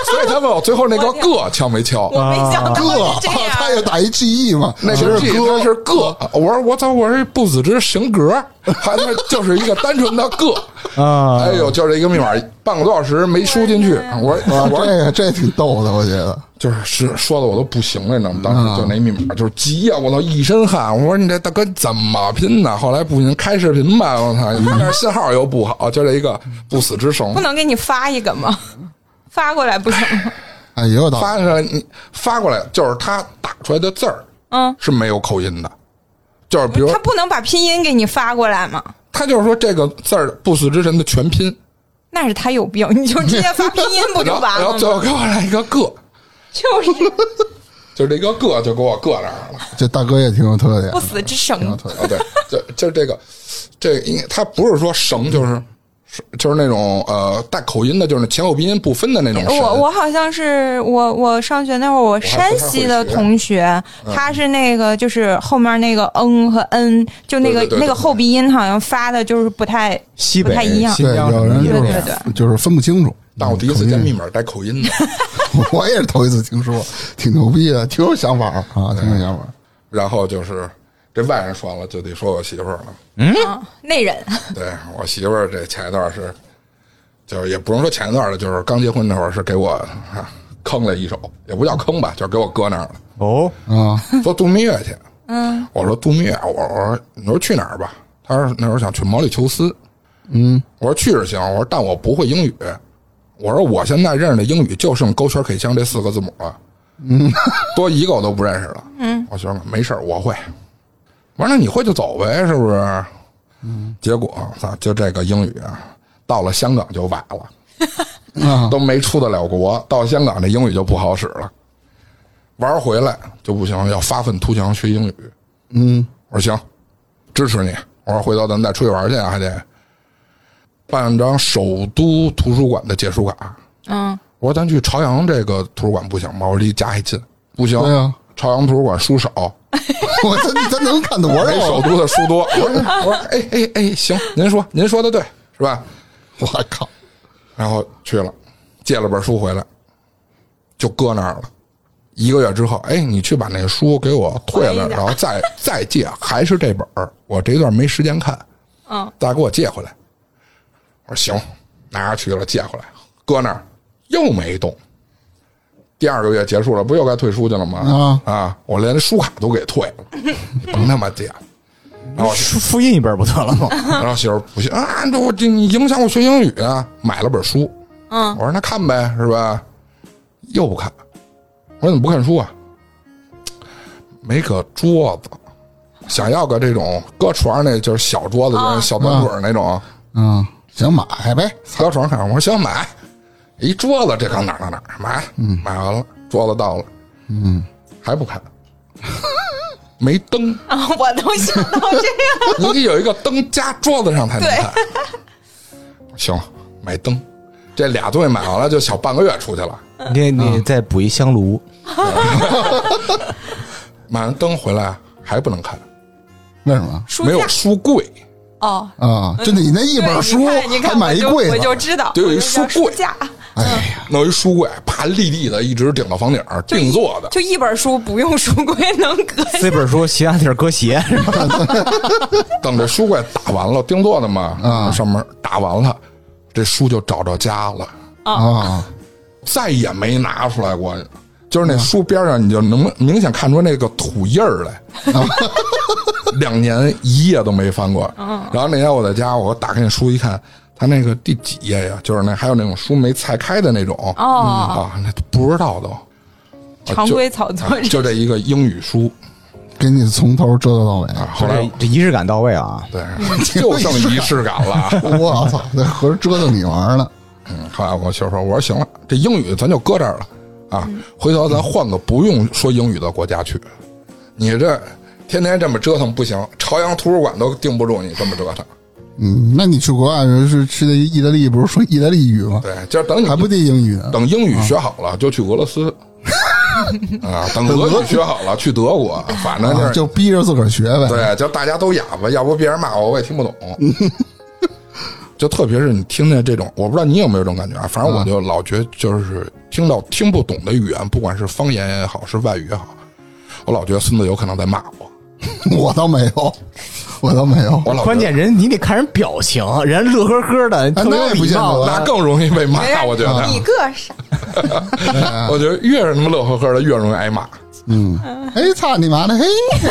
D: 所以他问我最后那个个敲没敲，
B: <laughs> 我没
C: 啊
B: 想
A: <laughs>
B: 到
A: 个
B: 是这，
A: 哦他
B: 样
A: 也。打一 G E
D: <laughs>
A: 嘛，
D: 那
A: 其
D: 个
A: 实
D: G
A: 哥
D: 他是个，我说我操，我是不死之神格，还他妈就是一个单纯的个，
C: 啊
D: 哎呦，就是一个密码，半个多小时没输进去，我
A: 啊，
D: 我
A: 这个这挺逗的，我觉得。
D: 就是是说的我都不行了，你知道吗？当时就那密码就是急呀，我操，一身汗，我说你这大哥怎么拼呢？后来不行，开视频吧，我操，但是信号又不好，就这一个不死之绳
B: 不，能给你发一个吗？ <laughs> 发过来不行吗？
A: 哎，也有道理。
D: 发上来你发过来就是他打出来的字儿
B: 嗯，
D: 是没有口音的，就是比如
B: 他不能把拼音给你发过来吗？
D: 他就是说这个字儿“不死之神”的全拼，
B: 那是他有病，你就直接发拼
D: <laughs>
B: 音不就
D: 然后
B: 完
D: 然
B: 了
D: 后
B: 吗
D: 最？后给我来一个“个
B: 就是”，
D: 就是这个“个”就给我搁那儿了。
A: 这大哥也挺有特点
B: 不，死之绳，
D: 啊，对，就就是这个，这个应该他不是说绳，就是是就是那种呃带口音的，就是那前后鼻音不分的那种神。
B: 我我好像是我我上学那会儿，我山西的同学，
D: 嗯
B: 他是那个就是后面那个嗯和嗯，就那个
D: 对对对对
B: 那个后鼻音好像发的就是不太
C: 西
B: 不
C: 北
B: 太一样。
C: 新
A: 对，
C: 疆
A: 有
C: 什么
A: 人
C: 也
A: 就是
B: 对对
A: 是就是分不清楚。
D: 但我第一
A: <laughs>
D: 次
A: 口
D: 见
A: 音
D: 密码带口音的，
A: 我也是头一次听说，挺牛逼的，挺有想法儿啊，挺有想法儿。
D: 然后就是这外人说完了，就得说我媳妇儿了。
B: 内嗯人，
D: 对我媳妇儿这前一段是，就是也不用说前一段了，就是刚结婚那会儿是给我、啊、坑了一手，也不叫坑吧，就是给我搁那儿了。
C: 哦，
A: 啊，
D: 说度蜜月去。 <laughs> 嗯，我说度蜜月，我我说你说去哪儿吧？他说那时候想去毛里求斯。嗯，我说去是行，我说但我不会英语。我说我现在认识的英语就剩勾圈 K 枪这四个字母了。嗯，多一个我都不认识了。嗯，我媳妇儿没事儿我会。我说那你会就走呗，是不是？嗯，结果操，就这个英语啊，到了香港就崴了，
A: <laughs> 啊
D: 都没出得了国，到香港这英语就不好使了。玩回来就不行，要发愤图强学英语。
A: 嗯，
D: 我说行，支持你。我说回头咱们再出去玩去啊，还得办张首都图书馆的借书卡。
B: 嗯，
D: 我说咱去朝阳这个图书馆不行吗？我离家还近，不行。
A: 对啊
D: 朝阳图书馆书少，
A: 我这咱能看
D: <laughs>
A: 多
D: 没
A: 少
D: 首
A: 啊？
D: 都的书多。我说我说哎哎哎，行，您说您说的对，是吧？
A: 我靠，
D: 然后去了，借了本书回来，就搁那儿了。一个月之后，哎，你去把那书给我
B: 还
D: 退了，
B: 一点
D: 然后再再借，还是这本儿，我这一段没时间看。
B: 嗯，
D: 大给我借回来。我说行，拿着去了，借回来，搁那儿又没动。第二个月结束了，不又该退书去了吗？啊啊！我连书卡都给退了，你甭他妈借了。然后我
C: 复复印一本不得了吗？
D: 然后媳妇儿不行啊，这我这你影响我学英语啊，买了本书。
B: 嗯
D: 我说那看呗，是吧？又不看，我说怎么不看书啊？没个桌子，想要个这种搁床上那就是小桌子，就是小短腿儿那种，
A: 嗯，行，买呗。
D: 搁床上看。我说行，买一桌子，这刚哪儿到哪儿买，买完了，桌子到了，嗯，还不看， <laughs> 没灯。
B: 啊，我都想到这
D: <laughs>
B: 样，
D: 你得有一个灯加桌子上才能看。行，买灯，这俩东西买完了就小半个月出去了。
C: 你你再补一香 <laughs> 炉，
D: 买完灯回来还不能看，
A: 为什么
B: 书
D: 没有
B: 架
D: 书柜，
B: 哦，
A: 啊？就你那一
B: 对
A: 本书
B: 你看你
A: 还
B: 看
A: 买一柜
B: 我就我就
A: 子，
B: 知道，
D: 得有一
B: 我就知道
D: 书柜
B: 架，
A: 哎呀，
D: 弄一书柜，啪立地的，一直顶到房顶儿，定做的。
B: 就一本书不用书柜能搁下。
C: 这本书其他地儿搁鞋，是吧
D: 等这书柜打完了，定做的嘛，
A: 嗯
D: 上面打完了，这书就找着家了，
A: 啊，
D: 再也没拿出来过。就是那书边上，你就能明显看出那个土印儿来。 <laughs> 两年一页都没翻过。然后那天我在家，我打开那书一看，它那个第几页呀？就是那还有那种书没裁开的那种。
B: 哦
D: 啊，那都不知道都。啊
B: 常规操 <laughs>
D: 就
B: 作
D: 啊就这一个英语书
A: 给你从头折腾到尾。
D: <laughs> 啊，后来
C: 这这仪式感到位啊！
D: 对， <laughs> 就剩仪式感了。
A: 我操，那合着折腾你玩儿呢？
D: 嗯后来我媳妇说：“我说行了，这英语咱就搁这儿了啊，
A: 嗯
D: 回头咱换个不用说英语的国家去。你这天天这么折腾不行，朝阳图书馆都定不住你这么折腾。
A: 嗯，那你去国外是去的意大利，不是说意大利语吗？
D: 对，就是等你
A: 还不得英语呢？啊
D: 等英语学好了，就去俄罗
A: <laughs>
D: 斯啊，等俄语学好了去德国，反正
A: 啊
D: 就是
A: 就逼着自个儿学呗。<laughs>
D: 对，就大家都哑巴，要不别人骂我我也听不懂。就特别是你听见这种，我不知道你有没有这种感觉啊，反正我就老觉得就是听到听不懂的语言，不管是方言也好，是外语也好，我老觉得孙子有可能在骂我。
A: <laughs> 我倒没有，我倒没有。
D: 我老觉得
C: 关键人你得看人表情，人家乐呵呵的，特别有
A: 那也不
C: 礼
A: 见
C: 貌
A: 得
C: 的。
D: 那更容易被骂
B: 没事，，
D: 我觉得，
B: 你个傻，
D: 我觉得越是那么乐呵呵的，越容易挨骂。
A: 哎，操你妈的！嘿，嘿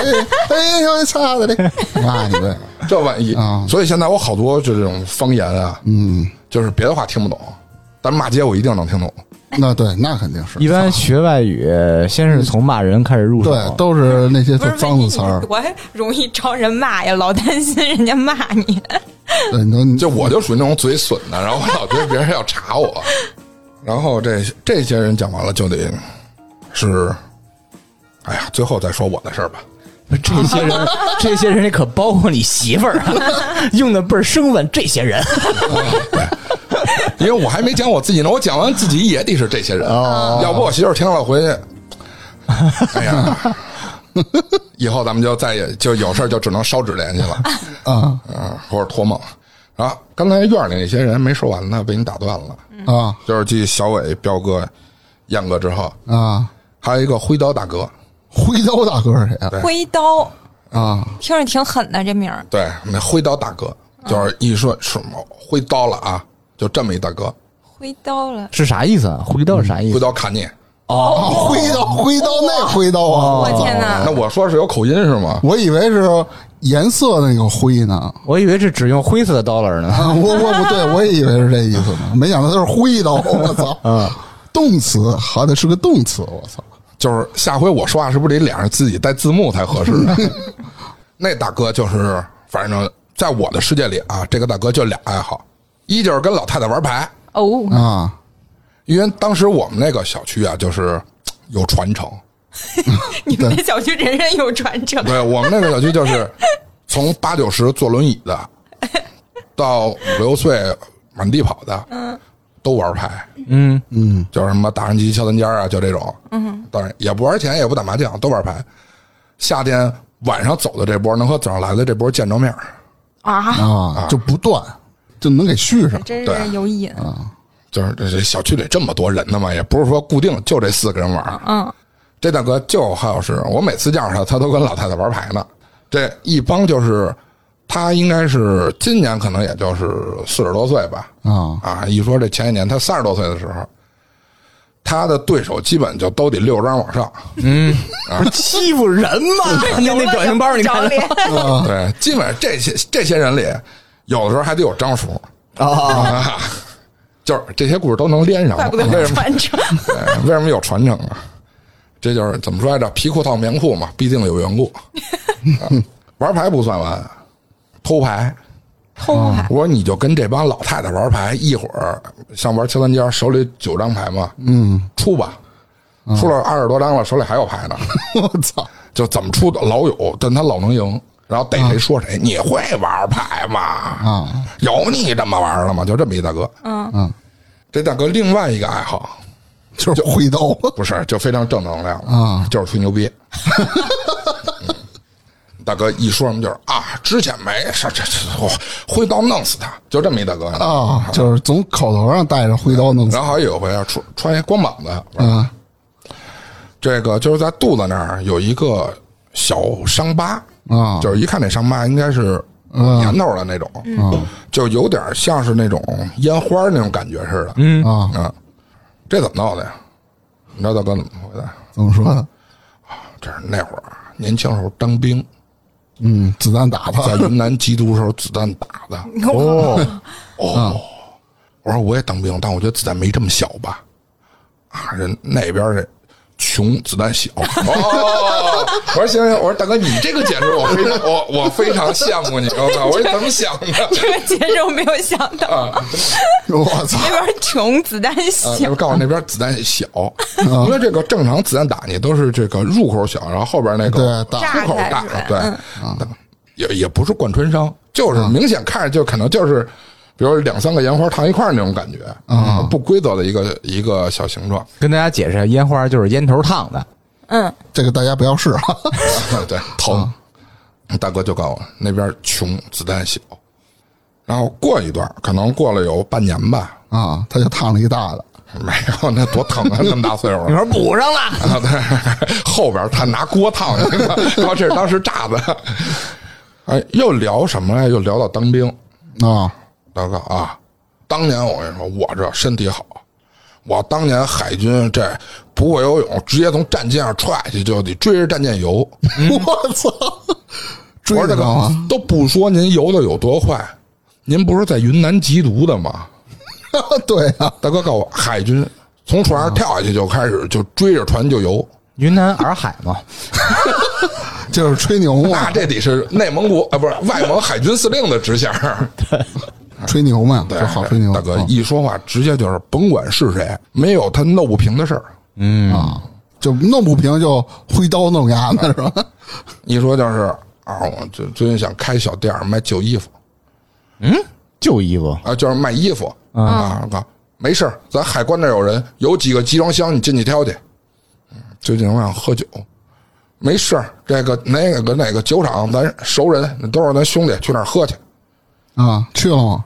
A: 哎呦，操的嘞！骂你呗。
D: 这万一
A: 啊，
D: 所以现在我好多就这种方言啊，
A: 嗯，
D: 就是别的话听不懂，但是骂街我一定能听懂。
A: 那对，那肯定是。
C: 一般学外语，先是从骂人开始入手。
A: 对，都是那些
B: 不
A: 特
B: 是
A: 脏
B: 万一
A: 的
B: 你
A: 词儿。
B: 多容易招人骂呀，老担心人家骂你。
A: 对，你都
D: 就我就属于那种嘴损的，然后我老觉得别人要查我，然后这这些人讲完了就得是，哎呀，最后再说我的事儿吧。
C: 这些 <laughs> 人，这些人里可包括你媳妇儿、 <laughs> 啊，用的倍儿生分。这些人，
D: 因为我还没讲我自己呢，我讲完自己也得是这些人，要不我媳妇儿听了回去，哎呀，以后咱们就再也就有事儿就只能烧纸联系了，
A: 啊
D: 嗯，或者托梦。啊，刚才院里那些人没说完呢，被你打断了。
A: 啊
D: 就是继小伟、彪哥、燕哥之后，
A: 啊！
D: 还有一个挥刀大哥，
A: 挥刀大哥是谁啊？
B: 挥刀
A: 啊，
B: 听着挺狠的这名儿，
D: 对，那挥刀大哥就是一说什么挥刀了啊，就这么一大哥，
B: 挥刀了。
C: 是啥意思啊？回到是啥意
D: 挥
C: 思？
D: 刀砍你。哦
A: 啊，挥刀，挥刀，那挥刀啊！
B: 我天哪
D: 那！我说是有口音是吗？
A: 我以为是颜色那个灰呢。
C: 我以为是只用灰色的 dollar 呢。
A: 啊， <laughs> 我我不对，我也以为是这意思呢，没想到他是挥刀，我操！ <laughs> 啊，动词还得是个动词，我操！
D: 就是下回我说话是不是得脸上自己带字幕才合 <laughs> 适？那大哥就是，反正在我的世界里啊，这个大哥就俩爱好，一就是跟老太太玩牌，
B: 哦，
A: 啊，
D: 因为当时我们那个小区啊，就是有传承，
B: 你们这小区人人有传承，
D: 对我们那个小区就是从八九十坐轮椅的，到五六岁满地跑的，嗯，都玩牌，
C: 嗯，
D: 就是什么打人机、敲三尖儿啊，就这种，嗯，当然也不玩钱，也不打麻将，都玩牌。夏天晚上走的这波，能和早上来的这波见着面儿，
B: 啊，
A: 啊，就不断，就能给续上。
B: 真
D: 对
B: 是有瘾。
D: 就是这这小区里这么多人呢嘛，也不是说固定就这四个人玩儿。
B: 嗯，
D: 这大哥就好老师，我每次见着他，他都跟老太太玩牌呢。这一帮就是他应该是今年可能也就是四十多岁吧，
A: 啊，
D: 啊，一说这前一年他三十多岁的时候，他的对手基本就都得六张往上，
C: 欺负人嘛！ <laughs>
B: <laughs>
C: 那那表情包你看
B: 找脸，
D: 对，基本上这些这些人里，有的时候还得有张叔，
C: 啊，
D: 啊， <laughs> 就是这些故事都能连上，
B: 怪不得
D: 为
B: 没
D: 什么
B: 穿成。
D: 对哎为什么有传承啊？这就是怎么说来着？皮裤套棉裤嘛，必定有缘故。啊玩牌不算完，偷牌。
B: 偷牌，
D: 我说你就跟这帮老太太玩牌，一会儿像玩敲三尖，手里九张牌嘛，嗯，出吧，出了二十多张了，手里还有牌呢，
A: 我操，
D: 就怎么出的老有，但他老能赢，然后逮谁说谁。你会玩牌吗？啊，有你这么玩的吗？就这么一大哥，嗯
A: 嗯，
D: 这大哥另外一个爱好
A: 就是挥刀
D: 不是，就非常正能量了
A: 啊，
D: 就是吹牛逼。 <laughs> 嗯大哥一说什么就是啊，之前没事，这这我挥刀弄死他，就这么一大哥
A: 啊，就是总口头上带着挥刀弄死啊
D: 然后还有一回啊，穿穿一光膀子，嗯，这个就是在肚子那儿有一个小伤疤，
A: 啊，
D: 就是一看这伤疤应该是年头的那种，嗯，就有点像是那种烟花那种感觉似的，嗯
A: 啊，
D: 啊，这怎么闹的呀？你知道大哥怎么回答？
A: 怎么说呢？
D: 这是那会儿啊年轻时候当兵， <laughs>
A: 嗯，子弹打他
D: 在云南缉毒时候子弹打 <laughs> 的，
A: 哦，
D: 嗯我说我也当兵，但我觉得子弹没这么小吧？啊，人那边儿这穷，子弹小。 <laughs> 哦，我说行行，我说大哥，你这个解释我非常我我非常羡慕你，我操，我说怎么想的？
B: <laughs> 这个节奏没有想到，
A: 我操，
B: <laughs> 那边穷子弹
D: 啊，
B: 小
D: 那，告诉我那边子弹小，嗯因为这个正常子弹打你都是这个入口小，然后后边那个
A: 对
D: 出口大
B: 炸开是嗯吧，
D: 对，啊也也不是贯穿伤，就是明显看着就可能就是，比如两三个烟花烫一块儿那种感觉，啊，不规则的一个一个小形状。
C: <laughs>
D: <laughs>
C: 跟大家解释，烟花就是烟头烫的，
B: 嗯，
A: <laughs> 这个大家不要试啊，
D: 对，疼。大哥就告诉我那边穷，子弹小。然后过一段，可能过了有半年吧，
A: <laughs> 啊，他就烫了一大的，
D: 没有那多疼啊，那么大岁数了。
C: 说补上了，
D: 然后对， <laughs> 后边他拿锅烫去了， <laughs> 然后这是当时炸的。哎，又聊什么呀？又聊到当兵。
A: 啊
D: 大哥啊，当年我跟你说，我这身体好，我当年海军这不会游泳，直接从战舰上踹下去就得追着战舰游。
A: 我 <laughs> 操，追
D: 我说
A: 得
D: 这
A: 着吗？
D: 个都不说您游的有多快，您不是在云南缉毒的吗？
A: <laughs> 对啊，
D: 大哥告诉我，海军从船上跳下去就开始就追着船就游，
C: 云南洱海嘛，
A: 就是吹牛嘛
D: <laughs> 那，这得是内蒙古啊，不是外蒙海军司令的职衔儿。
A: <laughs> 吹牛嘛，
D: 对
A: 就好吹牛。
D: 大哥
A: 啊
D: 一说话，直接就是甭管是谁，没有他闹不平的事儿。
A: 啊，就弄不平就挥刀弄丫 <laughs> 的是吧？
D: 一说就是啊，我最最近想开小店儿卖旧衣服
C: 旧衣服
D: 啊，就是卖衣服啊。我告没事儿，咱海关那儿有人，有几个集装箱，你进去挑去。嗯最近我想喝酒，没事儿，这个哪个哪个酒厂，咱熟人，都是咱兄弟，去那儿喝去。
A: 啊，去了吗？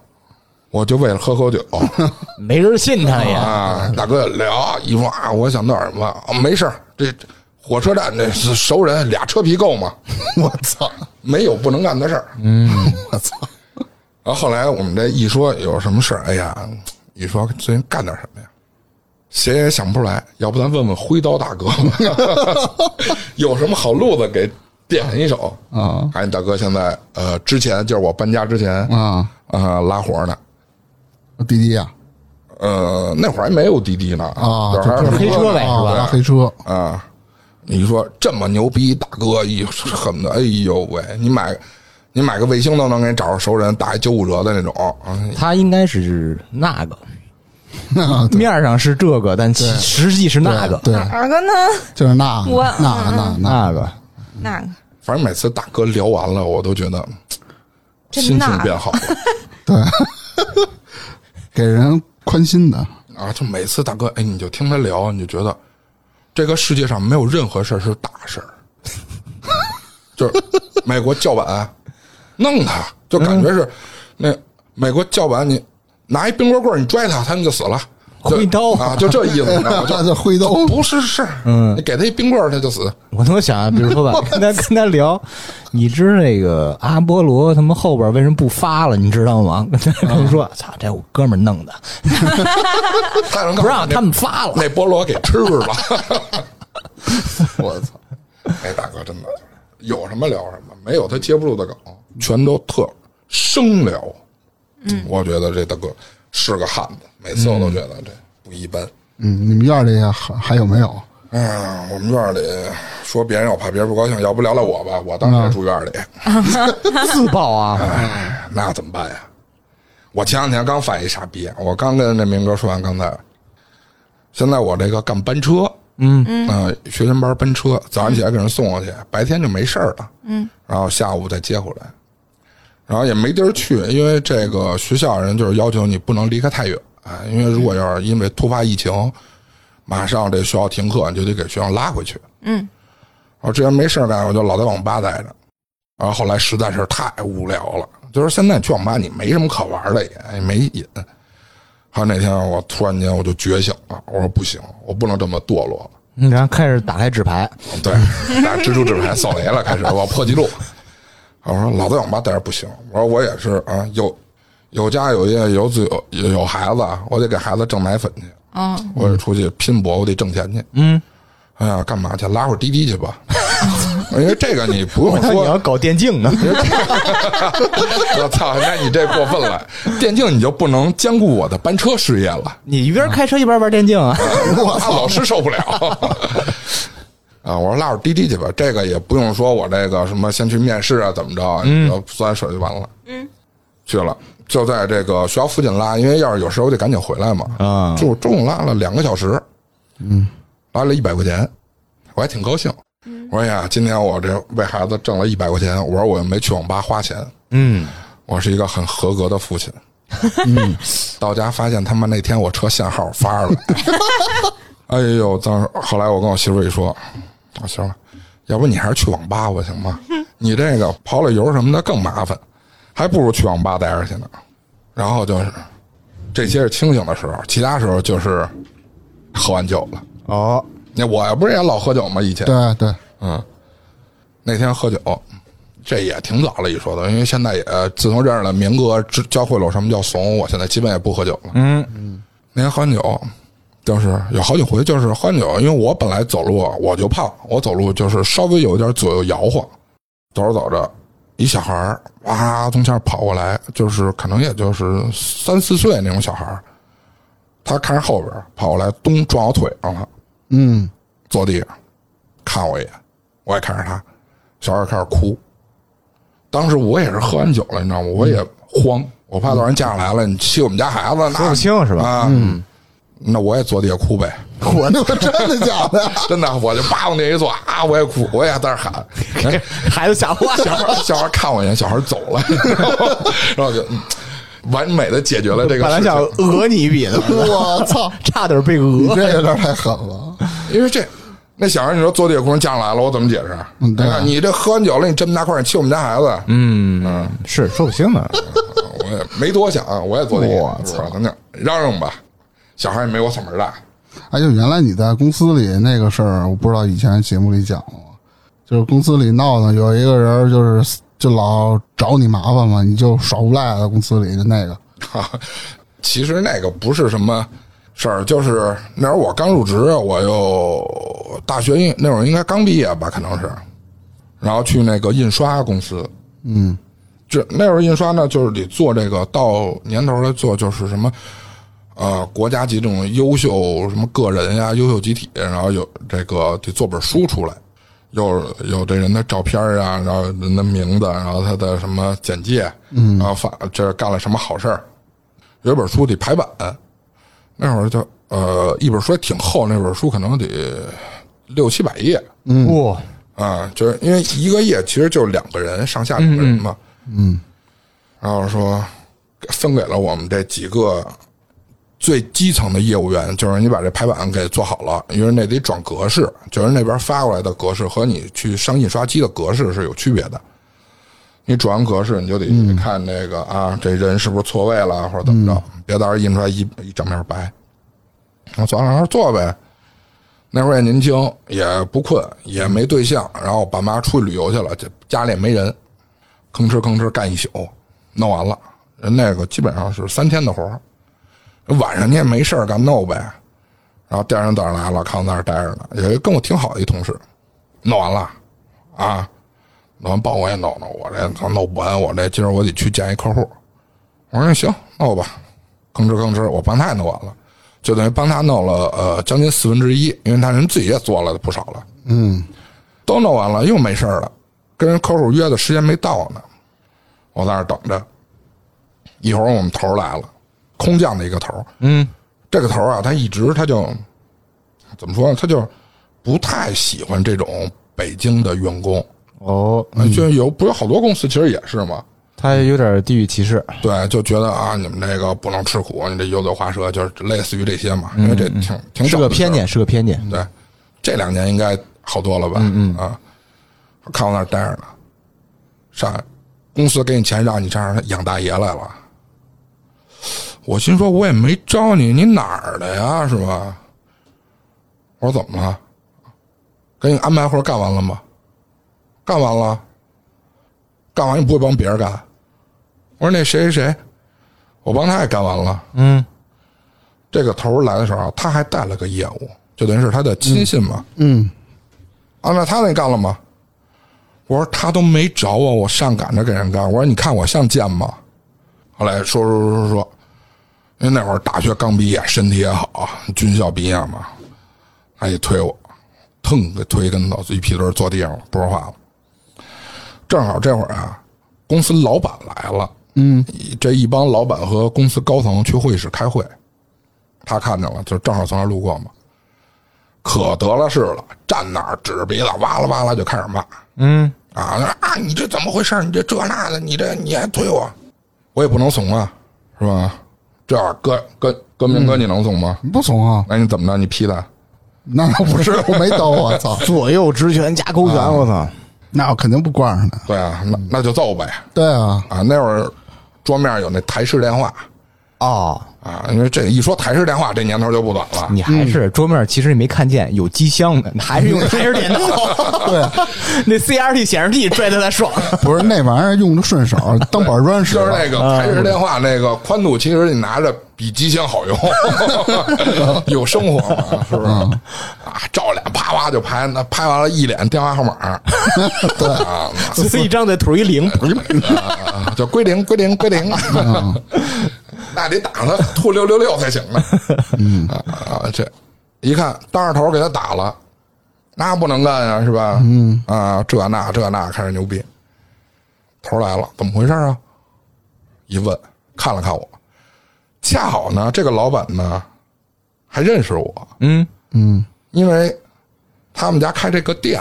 D: 我就为了喝口酒
C: 没人信他呀，
D: 啊，大哥聊一说啊，我想那什么，啊没事儿，这这火车站这是熟人，俩车皮够吗？
A: <laughs> 我操，
D: 没有不能干的事儿。
A: 嗯我操，
D: 然后后来我们这一说有什么事儿，哎呀，一说最近干点什么呀，谁也想不出来。要不咱问问挥刀大哥 <laughs> 吧，有什么好路子给点一手
A: 啊？
D: 哎，大哥现在呃，之前就是我搬家之前
A: 啊，
D: 呃，拉活呢。
A: 滴滴啊
D: 呃，那会儿还没有滴滴呢
A: 啊，
D: 就是还
A: 就是
C: 黑车呗
A: 啊
C: 是吧
A: 拉黑车
D: 啊，你说这么牛逼，大哥一恨的，哎呦喂，你买你买个卫星都能给你找着熟人，打一九五折的那种，啊
C: <laughs> 他应该是那 <laughs> 个
A: 啊对
C: 面上是这个，但其实际是那个
A: 对，
B: 哪个呢？
A: 就是那
B: 我
A: 那那那
C: 那个，
A: 嗯
B: 那个
D: 反正每次大哥聊完了，我都觉得
B: 真
D: 心
B: 纳
D: 情变好了
A: 给人宽心的，
D: 啊！就每次大哥，哎，你就听他聊，你就觉得这个世界上没有任何事儿是大事儿，就是美国叫板弄他，就感觉是那美国叫板你拿一冰棍棍儿你拽他，他们就死了。就
C: 挥刀
D: 啊，就这意思，你
C: <laughs>
D: 知道吗？
A: 他在挥刀，
D: 就不是是，嗯，你给他一冰棍儿他
C: <laughs>
D: 就死，
C: 我能想啊，比如说 <laughs> 吧，跟他跟他聊，你知那个阿波罗他们后边为什么不发了，你知道吗？ <laughs> 他们说，操，这我哥们儿弄的，
D: 太能干
C: 不让他们发了。
D: 那菠萝给吃了。我操！哎，大哥，真的有什么聊什么，没有他接不住的梗，全都特生聊。嗯，我觉得这大哥是个汉子，每次我都觉得这不一般。
A: 嗯，你们院里还还有没有？
D: 哎呀，我们院里说别人，我怕别人不高兴，要不聊聊我吧，我当时也住院里，
C: 自爆啊！
D: 哎那怎么办呀？我前两天刚犯一傻逼，我刚跟那明哥说完刚才，现在我这个干班车，嗯嗯、学前班班车，早上起来给人送过去，白天就没事儿了，嗯，然后下午再接回来，然后也没地儿去，因为这个学校人就是要求你不能离开太远，哎，因为如果要是因为突发疫情，马上这学校停课，你就得给学校拉回去，嗯，我之前没事儿干，我就老在网吧待着，然后后来实在是太无聊了，就是现在去网吧你没什么可玩的也，也没瘾。还有那天我突然间我就觉醒了，我说不行，我不能这么堕落了。
C: 嗯然后开始打开纸牌，
D: 对，打蜘蛛纸牌扫雷了，开始我破纪录。我说老在网吧待着不行，我说我也是啊，有有家有业有子有有孩子，我得给孩子挣奶粉去。
B: 嗯，
D: 我得出去拼搏，我得挣钱去。嗯，哎呀，干嘛去？拉会儿滴滴去吧，因为这个你不
C: <laughs>
D: 用
C: 你
D: 说，
C: 要搞电竞呢，
D: <laughs> 我操，那你这过分了！电竞你就不能兼顾我的班车事业了，
C: <laughs> 你一边开车一边玩电竞啊？
D: <laughs> 我操，老师受不了。啊，我说拉着滴滴去吧，这个也不用说，我这个什么先去面试啊，怎么着，你就算手就完了。嗯，去了就在这个学校附近拉，因为要是有事我得赶紧回来嘛。
C: 啊
D: 就中午拉了两个小时，嗯，拉了一百块钱，我还挺高兴。我说哎呀，今天我这为孩子挣了一百块钱，我说我又没去网吧花钱，
C: 嗯，
D: 我是一个很合格的父亲。嗯， <laughs> 到家发现他妈那天我车限号发 <laughs> 二百，哎呦！当时后来我跟我媳妇儿一说，我媳妇儿，要不你还是去网吧吧，行吗？你这个跑了油什么的更麻烦，还不如去网吧待着去呢。然后就是这些是清醒的时候，其他时候就是喝完酒了。
C: 哦，
D: 那我不是也老喝酒吗？以前
A: 对对，
D: 那天喝酒，这也挺早了一说的，因为现在也自从认识了明哥，知教会了我什么叫怂，我现在基本也不喝酒了。嗯嗯，那天喝完酒，就是有好几回就是喝完酒，因为我本来走路啊我就胖，我走路就是稍微有一点左右摇晃，走着走着。一小孩儿哇从前跑过来，就是可能也就是三四岁那种小孩儿，他看着后边儿跑过来，咚撞我腿上了，
A: 嗯，
D: 坐地上，看我一眼，我也看着他，小孩开始哭。当时我也是喝完酒了，你知道吗？我也慌，我怕到人家长来了，你欺负我们家孩子，那
C: 说不清是吧？
D: 啊。嗯，那我也坐地下哭呗。
A: 我那个真的假 <laughs> 的？
D: 真的，我就叭往那一坐啊，我也哭，我也在
C: <laughs>
D: 那喊。哎
C: <laughs> 孩子吓坏
D: 小
C: 了，
D: 孩小孩看我一眼，小孩走
C: <laughs>
D: 了，然后就嗯完美的解决了这个
C: 本来
D: 事
C: 想
D: 情。
C: 讹你一笔 <laughs> 的，
A: 我操，
C: 差点被
A: 你
C: 讹。
A: 这有点太狠了。
D: 因为这那小孩，你说坐地下哭，人家长来了，我怎么解释？
A: 嗯对
D: 哎呀你这喝完酒了，你这么大块儿，你欺负我们家孩子，嗯。
C: 嗯，是说不清的。
D: 我也没多想，我也坐地铁，
C: 我
D: 是吧？咱俩嚷嚷吧，小孩也没我嗓门大。
A: 哎，就原来你在公司里那个事儿，我不知道以前节目里讲过吗，就是公司里闹腾，有一个人就是就老找你麻烦嘛，你就耍无赖在公司里的那个，
D: <laughs> 其实那个不是什么事儿，就是那会儿我刚入职，我又大学应那会儿应该刚毕业吧，可能是，然后去那个印刷公司，
A: 嗯，
D: 这那会儿印刷呢，就是得做这个到年头来做，就是什么。呃，国家级这种优秀什么个人呀、优秀集体，然后有这个得做本书出来，有有这人的照片啊，然后人的名字，然后他的什么简介，嗯，然后发这干了什么好事儿，有一本书得排版，那会儿就呃一本书也挺厚，那本书可能得六七百页，
C: 哇，
D: 啊，就是因为一个夜其实就两个人上下两个人嘛，嗯，然后说分给了我们这几个最基层的业务员，就是你把这排版给做好了，因为那得转格式，就是那边发过来的格式和你去上印刷机的格式是有区别的。你转完格式，你就得去看嗯那个、啊，这人是不是错位了，或者怎么着，别到时候印出来一一整面白。我坐那儿坐呗。那会儿也年轻，也不困，也没对象，然后爸妈出去旅游去了，这家里也没人，吭哧吭哧干一宿，弄完了，人那个基本上是三天的活儿。晚上你也没事儿干弄呗，然后第二天早上来了，看我在那儿待着呢，有一个跟我挺好的一同事，弄完了啊，弄完帮我也弄弄，我这操弄不完，我这今儿我得去见一客户，我说行，弄吧，吭哧吭哧，我帮他也弄完了，就等于帮他弄了呃将近四分之一，因为他人自己也做了不少了，嗯，都弄完了又没事儿了，跟人客户约的时间没到呢，我在那儿等着，一会儿我们头儿来了，空降的一个头儿，
C: 嗯，
D: 这个头儿啊，他一直他就怎么说呢？他就不太喜欢这种北京的员工，
C: 哦，
D: 就有不有好多公司其实也是嘛，
C: 他有点地域歧视，
D: 对，就觉得啊，你们这个不能吃苦，你这油嘴滑舌，就是类似于这些嘛，因为这挺挺
C: 嗯是
D: 小
C: 个
D: 的事儿
C: 偏见，是个偏见。
D: 对，这两年应该好多了吧？嗯嗯嗯啊，看我那儿待着呢，上公司给你钱让你这样养大爷来了。我心说，我也没招你，你哪儿的呀？是吧？我说怎么了？给你安排活儿干完了吗？干完了，干完你不会帮别人干？我说那谁谁谁，我帮他也干完了。
C: 嗯，
D: 这个头儿来的时候啊，他还带了个业务，就等于是他的亲信嘛。
A: 嗯，
D: 安排他那干了吗？我说他都没找我，我上赶着给人干。我说你看我像贱吗？后来说说说说说，因为那会儿大学刚毕业，身体也好，军校毕业嘛，他一推我，腾给推一跟头，一屁墩儿坐地上了，不说话了。正好这会儿啊，公司老板来了，嗯，这一帮老板和公司高层去会议室开会，他看见了，就正好从那儿路过嘛。可得了势了，站那儿指着鼻子哇啦哇啦就开始骂，
C: 嗯，
D: 啊啊！你这怎么回事？你这这那的，你这你还推我，我也不能怂啊，是吧？这样哥哥哥明哥，你能怂吗？
A: 你不怂啊？
D: 那、你怎么着？你劈他？
A: 那倒不是，我没刀，我操，
C: 左右直拳加勾拳，我操！
A: <laughs> 那我肯定不惯着他。
D: 对啊，那那就揍呗
A: 对啊，
D: 啊！那会儿桌面有那台式电话
C: 哦，
D: 啊，因为这一说台式电话，这年头就不短了。
C: 你还是桌面，其实你没看见有机箱的，嗯 <laughs> 还是用还是电脑。 <laughs> 对，那 CRT 显示器拽的才爽。
A: 不是那玩意儿用着 <laughs> 顺手，当板砖使
D: 就
A: 了。
D: 是那个台式电话那个宽度，其实你拿着比机箱好用， <laughs> 有生活嘛，是不是？啊，照脸啪啪就拍，那拍完了，一脸电话号码，对啊，
C: 撕一张再吐一零，
D: 啊就归零归零归零，那得打他吐六六六才行呢。啊啊，这一看当着头给他打了，那不能干呀，是吧？嗯啊，这那这那开始牛逼，头来了，怎么回事啊？一问，看了看我，恰好呢，这个老板呢还认识我，
C: 嗯，
D: 因为他们家开这个店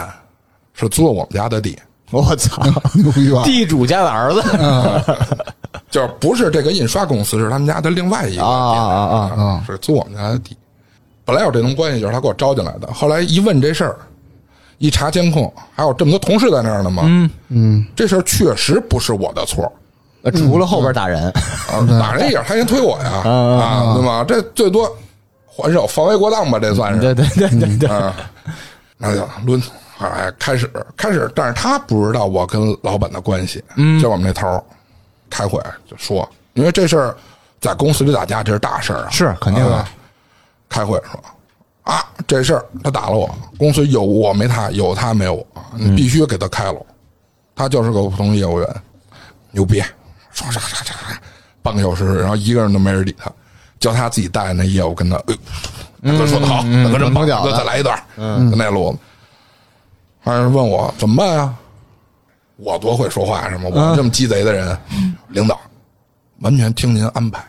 D: 是租了我们家的地，
C: 我
A: <laughs>
C: 操，
A: 牛逼吧？
C: 地主家的儿子
D: 就是不是这个印刷公司，是他们家的另外一个
C: 啊啊啊啊！
D: 啊，是租我们家的地。本来有这层关系，就是他给我招进来的。后来一问这事儿，一查监控，还有这么多同事在那儿呢嘛。嗯嗯，这事儿确实不是我的错，
C: 呃除了后边打 <laughs> 人，
D: 啊，打人一眼他先推我呀，啊，对吗？这最多还手防卫过当吧，这算是。
C: 对对对对对，
D: 啊，那就抡，哎，开始开始，但是他不知道我跟老板的关系，嗯，就我们那头儿开会就说，因为这事儿在公司里打架这是大事儿啊，
C: 是肯定的
D: 啊开会说啊，这事儿他打了我，公司有我没他，有他没有我，
C: 嗯
D: 你必须给他开了，他就是个普通业务员，牛逼，说啥啥啥啥，半个小时，然后一个人都没人理他，叫他自己带那业务跟他，哎，大哥嗯说的好，大哥真棒，大哥再来一段，嗯，那路子，还是问我怎么办呀？我多会说话是吗？我这么鸡贼的人，领导完全听您安排，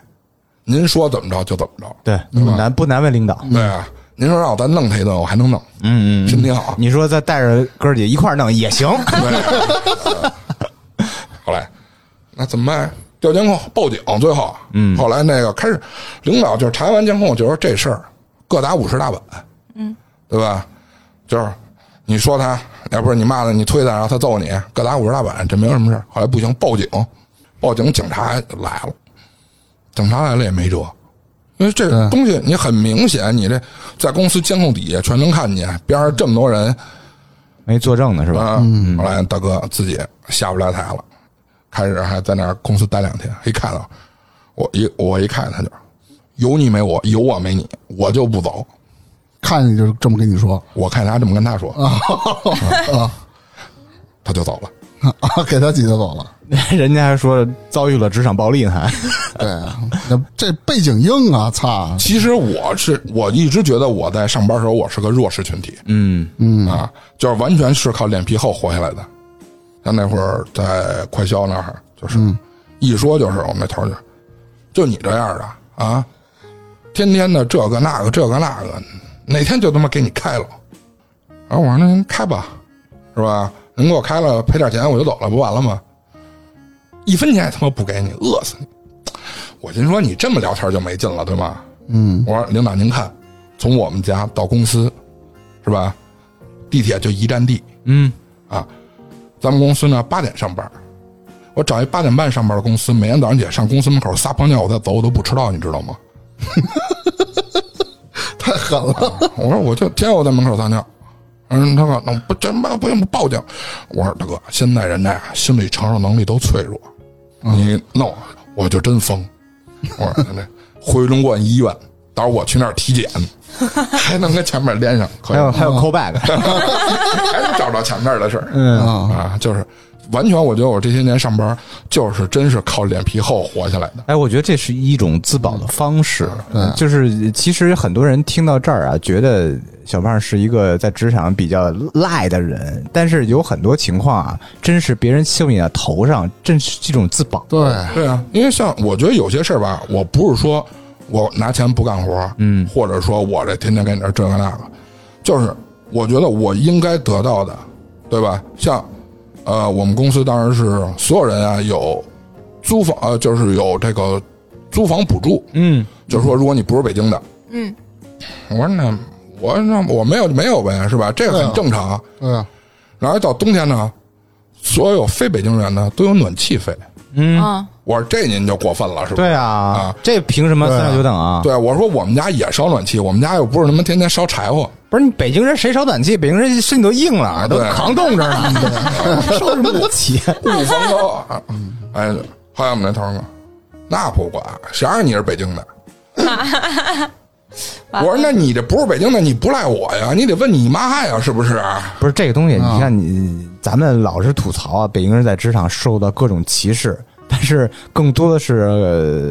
D: 您说怎么着就怎么着。
C: 对，你们难不难为领导？
D: 对啊，您说让我再弄他一顿，我还能弄，嗯嗯，身体好。
C: 你说再带着哥儿姐一块儿弄也 <laughs> 行，
D: <laughs> 后来那怎么办呀？调监控报警，最后，嗯，后来那个开始，领导就是查完监控，就说这事儿各打五十大板，嗯，对吧？就是你说他，要不是你骂他，你推他，然后他揍你，各打五十大板，这没有什么事儿。后来不行，报警，报警，警察来了，警察来了也没辙，因因为这
A: 对
D: 东西你很明显，你这在公司监控底下全能看见，边上这么多人
C: 没作证呢是吧？
D: 啊，后来大哥自己下不来台了，开始还在那儿公司待两天，一看到我一我一看他就有你没我，有我没你，我就不走。
A: 看见就这么跟你说
D: 我看他这么跟他说，啊 <laughs> 他就走了。
A: 啊，给他挤得走了。
C: <laughs> 人家还说遭遇了职场暴力 <laughs> 呢，还
A: 对啊，那这背景硬啊，操！
D: 其实我是我一直觉得我在上班时候我是个弱势群体，嗯嗯啊，就是完全是靠脸皮厚活下来的。像那会儿在快销那儿，就是、一说就是我们那头儿就，就你这样的啊，天天的这个那个这个那个，哪天就他妈给你开了。然后我说那您开吧，是吧？您给我开了，赔点钱我就走了，不完了吗？一分钱也他妈不给你，饿死你！我心说你这么聊天就没劲了，对吗？嗯，我说领导您看，从我们家到公司，是吧？地铁就一站地，
C: 嗯
D: 啊，咱们公司呢八点上班，我找一八点半上班的公司，每天早上起来上公司门口撒泡尿，我再走我都不迟到，你知道吗？
A: 太狠了，
D: 啊我说我就天天我在门口撒尿。嗯，他说那不这妈不用报警。我说大哥，现在人家呀心理承受能力都脆弱，你弄我就真疯。我说那回龙观医院，到时候我去那儿体检，还能跟前面连上，可以
C: 还有还有 call back，
D: <laughs> 还能找着前面的事儿。
C: 嗯，
D: 啊，就是完全，我觉得我这些年上班就是真是靠脸皮厚活下来的。
C: <laughs> 哎，我觉得这是一种自保的方式，就是其实很多人听到这儿啊，觉得小胖是一个在职场比较赖的人，但是有很多情况啊，真是别人幸运的头上，正是这种自保。
A: 对，
D: 对啊，因为像我觉得有些事儿吧，我不是说我拿钱不干活，嗯，或者说我这天天跟你这儿这个那个，就是我觉得我应该得到的，对吧？像呃，我们公司当然是所有人啊有租房呃，就是有这个租房补助，
C: 嗯，
D: 就是说如果你不是北京的，
B: 嗯，
D: 我说那我那我没有就没有呗，是吧？这个
A: 对啊
D: 很正常。
A: 对啊，
D: 然后到冬天呢，所有非北京人呢都有暖气费。
B: 嗯，
D: 我说这您就过分了，是吧？
C: 对啊，这凭什么三教九等啊？
D: 对，我说我们家也烧暖气，我们家又不是他妈天天烧柴火，啊
C: 不是你北京人谁烧暖气？北京人身体都硬了，都
D: 对
C: 扛冻着呢，烧什么暖气？
D: <laughs> 不房高啊。哎，后来我们那头儿说，那不管，谁让你是北京的？我
B: 啊
D: 说那你这不是北京的，你不赖我呀，你得问你妈呀，是不啊是？
C: <laughs> 不是这个东西，你看你咱们老是吐槽啊，北京人在职场受到各种歧视，但是更多的是、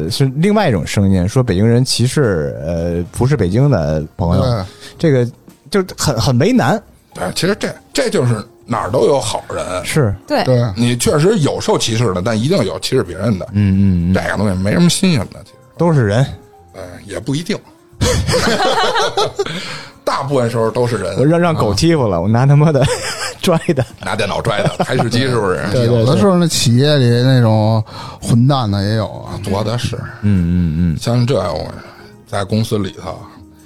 C: 呃、是另外一种声音，说北京人歧视呃不是北京的朋友
A: 对，
C: 这个就很很为难。
D: 对，其实这这就是哪儿都有好人，
C: 是，啊
B: 对，
A: 对，
D: 你确实有受歧视的，但一定有歧视别人的。
C: 嗯嗯，
D: 这个东西没什么新鲜的，其实，
C: 都是人。
D: 嗯，也不一
C: <laughs>
D: 定。大部分时候都是
C: 我
D: 人
C: 让让狗欺负了，我拿他妈的 <laughs> 拽的。
D: 拿电脑拽的，台式机是不是？
A: 有的时候那企业里那种混蛋的也有啊，
D: 多的是。
C: 嗯嗯
D: 像这我在公司里头，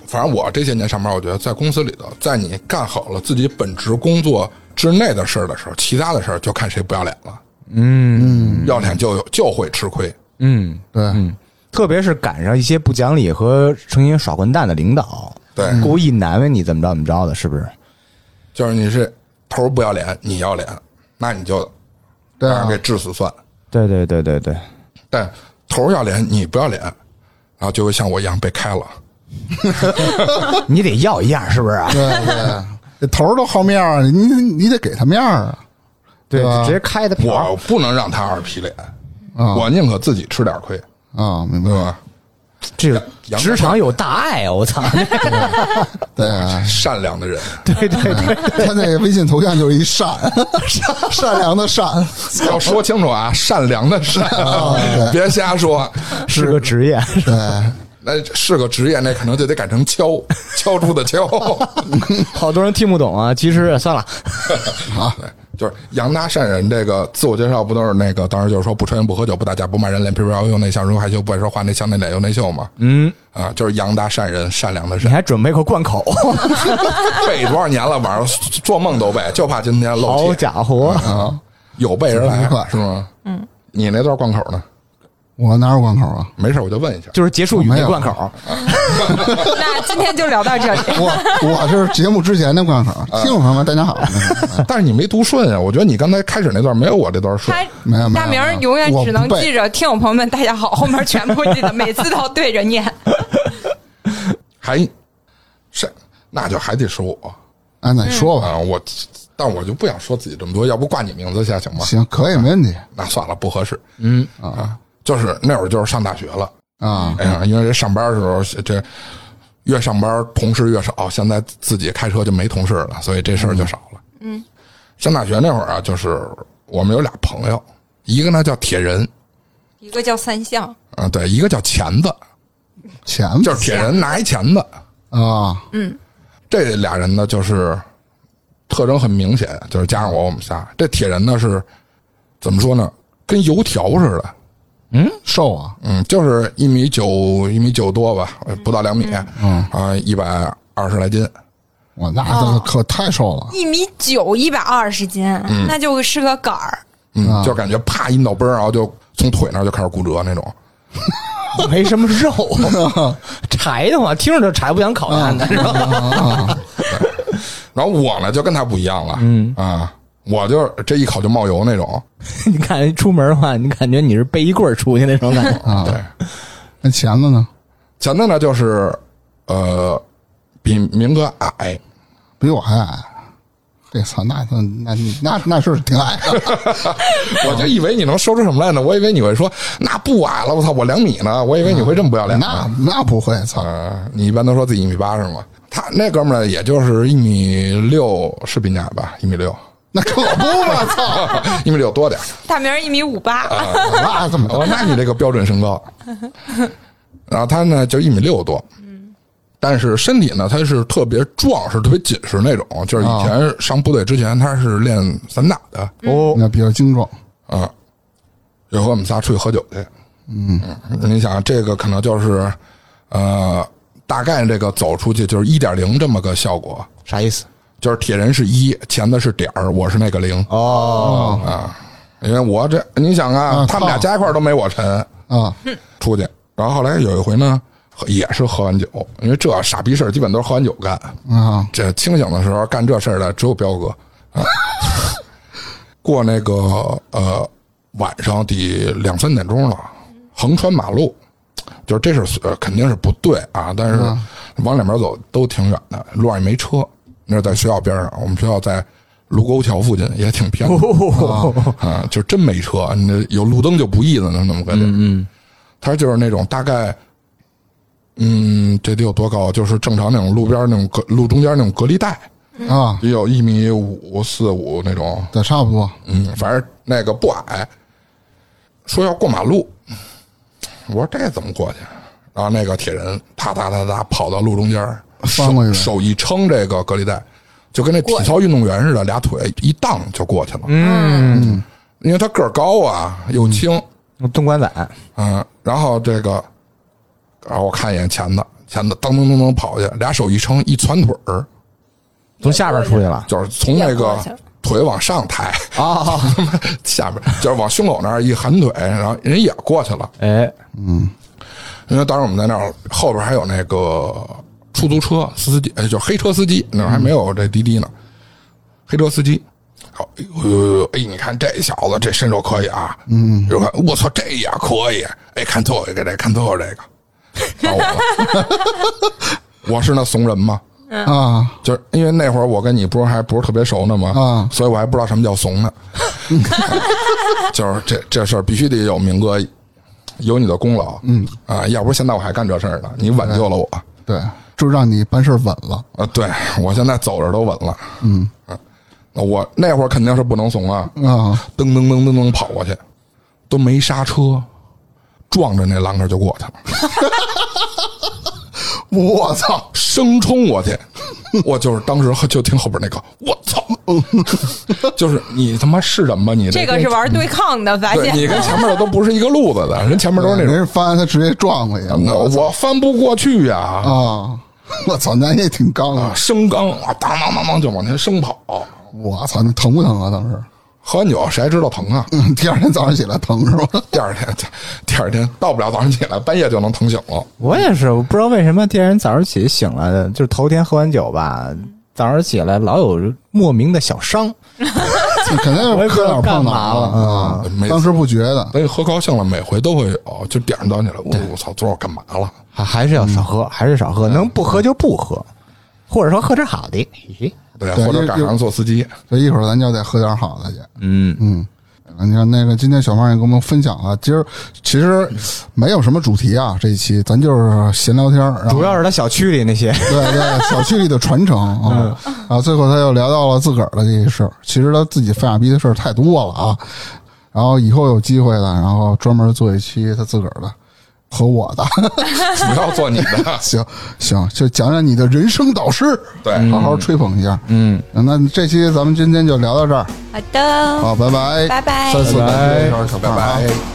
D: 反正我这些年上班，我觉得在公司里头，在你干好了自己本职工作之内的事儿的时候，其他的事儿就看谁不要脸了。
C: 嗯嗯
D: 要脸就有就会吃亏。
C: 嗯，
A: 对，
C: 特别是赶上一些不讲理和成心耍混蛋的领导，
D: 对，
C: 故意难为你怎么着怎么着的，是不是？
D: 就是你是头儿不要脸，你要脸，那你就
A: 对啊
D: 让人给，治死算。
C: 对对对对对。
D: 但头儿要脸，你不要脸，然后就会像我一样被开
A: 啊
D: 了。
C: 你得要一样，是不是啊？
A: 对对，这头儿都好面儿，啊你你得给他面儿啊，
C: 对
A: 吧
C: 直接开的瓢
D: 我不能让他二皮脸，
A: 啊
D: 我宁可自己吃点亏，
A: 啊，明白
D: 对？吧？
C: 这个
D: 阳光
C: 职场有大爱啊！ <laughs> 我操，
A: 对啊，
D: 善良的人，
C: 对对对，
A: 他那微信头像就是一 <laughs> 善，善善良的善，
D: 要说清楚啊，善良的善，啊
C: 啊
D: 别瞎说。
C: 是个职业，
D: 那是个职业，那可能就得改成敲 <laughs> 敲出的
C: <laughs>
D: 敲，
C: 好多人听不懂啊。其实算了，
D: 啊对就是杨大善人这个自我介绍不都是那个？当时就是说不抽烟、不喝酒、不打架、不骂人，脸皮不要用内向，容害羞，不爱说话，内向内敛又内秀嘛。嗯，啊，就是杨大善人，善良的
C: 你
D: 善，
C: 还准备个贯口，
D: 背多少年了，晚上做梦都背，就怕今天
C: <laughs>
D: 漏
C: 好
D: 气
C: 家伙！
D: 啊！有备而来
A: 快
D: 是吗？嗯，你那段贯口呢？
A: 我哪有关口啊？
D: 没事，我就问一下。
C: 就是结束语
A: 我没
C: 那
A: 有
C: 贯口，
B: 那今天就聊
A: <laughs>
B: 到这里。
A: 我我是节目之前的关口，
D: 啊
A: 听众朋友们大家好。
D: <laughs> 但是你没读顺啊，我觉得你刚才开始那段没有我这段顺
B: 他。
A: 没有没有
B: 大明儿永远只能记着听友朋友们大家好，后面全部
A: <laughs>
B: 记得，每次都对着念。
D: 还是那就还得说我
A: 啊，那你说吧，
D: 啊，我但我就不想说自己这么多，要不挂你名字下行吗？
A: 行，可以，没问题
D: 那算了，不合适。嗯啊，就是那会儿就是上大学了，
A: 啊。
D: 哎呀，因为这上班的时候这越上班同事越少，现在自己开车就没同事了，所以这事儿就少了。嗯，上大学那会儿啊，就是我们有俩朋友，一个呢叫铁人，
B: 一个叫三项，
D: 啊，对，一个叫钳子，
A: 钱
D: 就是铁人拿一钳子。
A: 啊，
D: 这俩人呢，就是特征很明显，就是加上我，我们仨。这铁人呢是怎么说呢？跟油条似的，
A: 瘦啊，
D: 嗯，就是一米九一米九多吧，呃不到两米，嗯啊，一百二十来斤，
A: 我那都可太瘦了
B: 一米九，一百二十斤，
A: 嗯
B: 那就是个杆儿。
D: 嗯，就感觉啪一脑崩，然后就从腿那儿就开始骨折那种。
C: 没什么肉， <laughs> 柴的慌，听着就柴，不想烤蛋的是吧？ <laughs>
D: 然后我呢就跟他不一样了，嗯啊，我就这一口就冒油那种，
C: 你看出门的话，你感觉你是背一棍儿出去那种感觉。
A: 啊。
D: 对，
A: 那钳子呢？
D: 前头呢就是呃比明哥矮，
A: 比我还矮。这操，那那那那那是挺矮的。
D: <laughs> 我就以为你能说出什么来呢，我以为你会说那不矮了，我操，我两米呢，我以为你会这么不要脸呢。
A: 那那不会，操
D: 呃，你一般都说自己一米八是吗？他那哥们儿也就是一米六，是比你矮吧？一米六，
A: <laughs>
D: <laughs>
A: 那可不嘛，操，
D: 一米六多点儿。
B: 大明儿一米五八，
A: 啊那怎么
D: 哦，那你这个标准身高。然后他呢就一米六多，但是身体呢他是特别壮，是特别紧实那种。就是以前上部队之前他是练散打的，
C: 哦，
A: 那比较精壮
D: 啊，有回我们仨出去喝酒去。嗯，你想这个可能就是，呃，大概这个走出去就是一点零这么个效果，
C: 啥意思？
D: 就是铁人是一，钳子是点儿，我是那个零。
C: 哦，
D: 因为我这你想啊，
A: 啊
D: 他们俩
A: 靠
D: 加一块儿都没我沉。
A: 啊！
D: 出去，然后后来有一回呢，喝也是喝完酒，因为这傻逼事儿基本都是喝完酒干。
A: 啊，
D: 这清醒的时候干这事儿的只有彪哥。啊 <laughs> 过那个呃晚上得两三点钟了，横穿马路，就是这是呃肯定是不对啊，但是往两边走都挺远的，路上也没车。那是在学校边上，我们学校在卢沟桥附近，也挺偏的啊，就真没车，你这有路灯就不易了，那么个地儿。嗯，他就是那种大概嗯，这得有多高？就是正常那种路边儿那种隔路中间那种隔离带，
A: 啊，
D: 得有一米五四五那种。
A: 对，差不多。
D: 嗯，反正那个不矮。说要过马路，我说这怎么过去？然后那个铁人啪嗒嗒嗒跑到路中间儿，
A: 翻过去
D: 手
A: 呗
D: 手一撑这个隔离带，就跟那体操运动员似的，俩腿一荡就过去了。
C: 嗯，
D: 因为他个儿高啊，又轻。
C: 哦东莞仔，
D: 嗯，然后这个，然后我看一眼钳子，钳子噔噔噔噔跑去，俩手一撑，一窜腿儿，
C: 从下边出去了。
D: 就是从那个腿往上抬，
C: 啊，
D: <laughs> 下边就是往胸口那儿一含腿，然后人也过去了。
C: 哎，
D: 因为当时我们在那儿后边还有那个出租车司机，哎，就是黑车司机，那会儿还没有这滴滴呢，黑车司机。好，哎呦呦呦，哎，你看这小子这身手可以啊，嗯，就看我操，这也可以，哎，看最后一个这，看最后这个，然后 <laughs> 我我是那怂人吗？
A: 啊，
D: 就是因为那会儿我跟你不是还不是特别熟呢吗？
A: 啊
D: 所以我还不知道什么叫怂呢。 <laughs> 就是这这事儿必须得有明哥，有你的功劳。嗯啊，要不现在我还干这事儿呢，你挽救了我。
A: 对，就让你办事儿稳了。
D: 啊，对我现在走着都稳了。嗯那我那会儿肯定是不能怂啊，
A: 啊
D: 噔噔噔噔噔跑过去，都没刹车，撞着那栏杆就过去了。我操！ <laughs> 生冲过 <laughs> 去，我就是当时就听后边那个，我嗯操！就是你他妈是人吗？你
B: 这个是
A: 嗯
B: 玩对抗的，发
D: 对
B: 现
D: 你跟前面的都不是一个路子的，人前面都是那
A: 人
D: 种嗯
A: 家翻他直接撞过去。
D: 那我翻不过去呀啊
A: 啊， <laughs> 我操，那也挺刚啊！
D: 升钢啊，当当当当就往前升跑。
A: 我操，那疼不疼啊？当时
D: 喝完酒谁还知道疼啊？
A: 嗯，第二天早上起来疼是吧？ <laughs>
D: 第二天，第二天到不了早上起来，半夜就能疼醒了。
C: 我也是，我不知道为什么第二天早上起醒来，就是头天喝完酒吧，早上起来老有莫名的小伤，
A: 肯定是磕哪儿碰哪儿啊
D: 我也不知道干嘛了嗯！没
A: 当时不觉得，
D: 所以喝高兴了，每回都会有，就点上早上起来，我我操，昨儿我干嘛了？
C: 还还是要少喝，还是少喝，能不喝就不喝，或者说喝点好的。嘿
D: 对，啊
A: 对
D: 或者
A: 又
D: 赶上做司
A: <laughs>
D: 机，
A: 这一会儿咱就得喝点好的去。
C: 嗯，
A: 你看那个，今天小胖也跟我们分享了，今儿其实没有什么主题啊，这一期咱就是闲聊天儿，然后
C: 主要是他小区里那些，
A: 对对，小区里的传承啊，
D: 嗯
A: 然后最后他又聊到了自个儿的这些事儿。其实他自己犯傻逼的事儿太多了啊，然后以后有机会了，然后专门做一期他自个儿的和我的，。
D: 主要做你的
A: <laughs> 行行，就讲讲你的人生导师，
D: 对，
A: 好好吹捧一下。
C: 嗯，
A: 那这期咱们今天就聊到这儿，
B: 好的，
A: 好，拜拜，
B: 拜拜
A: 再次感谢一下小
D: 拜
A: 胖啊
D: 拜。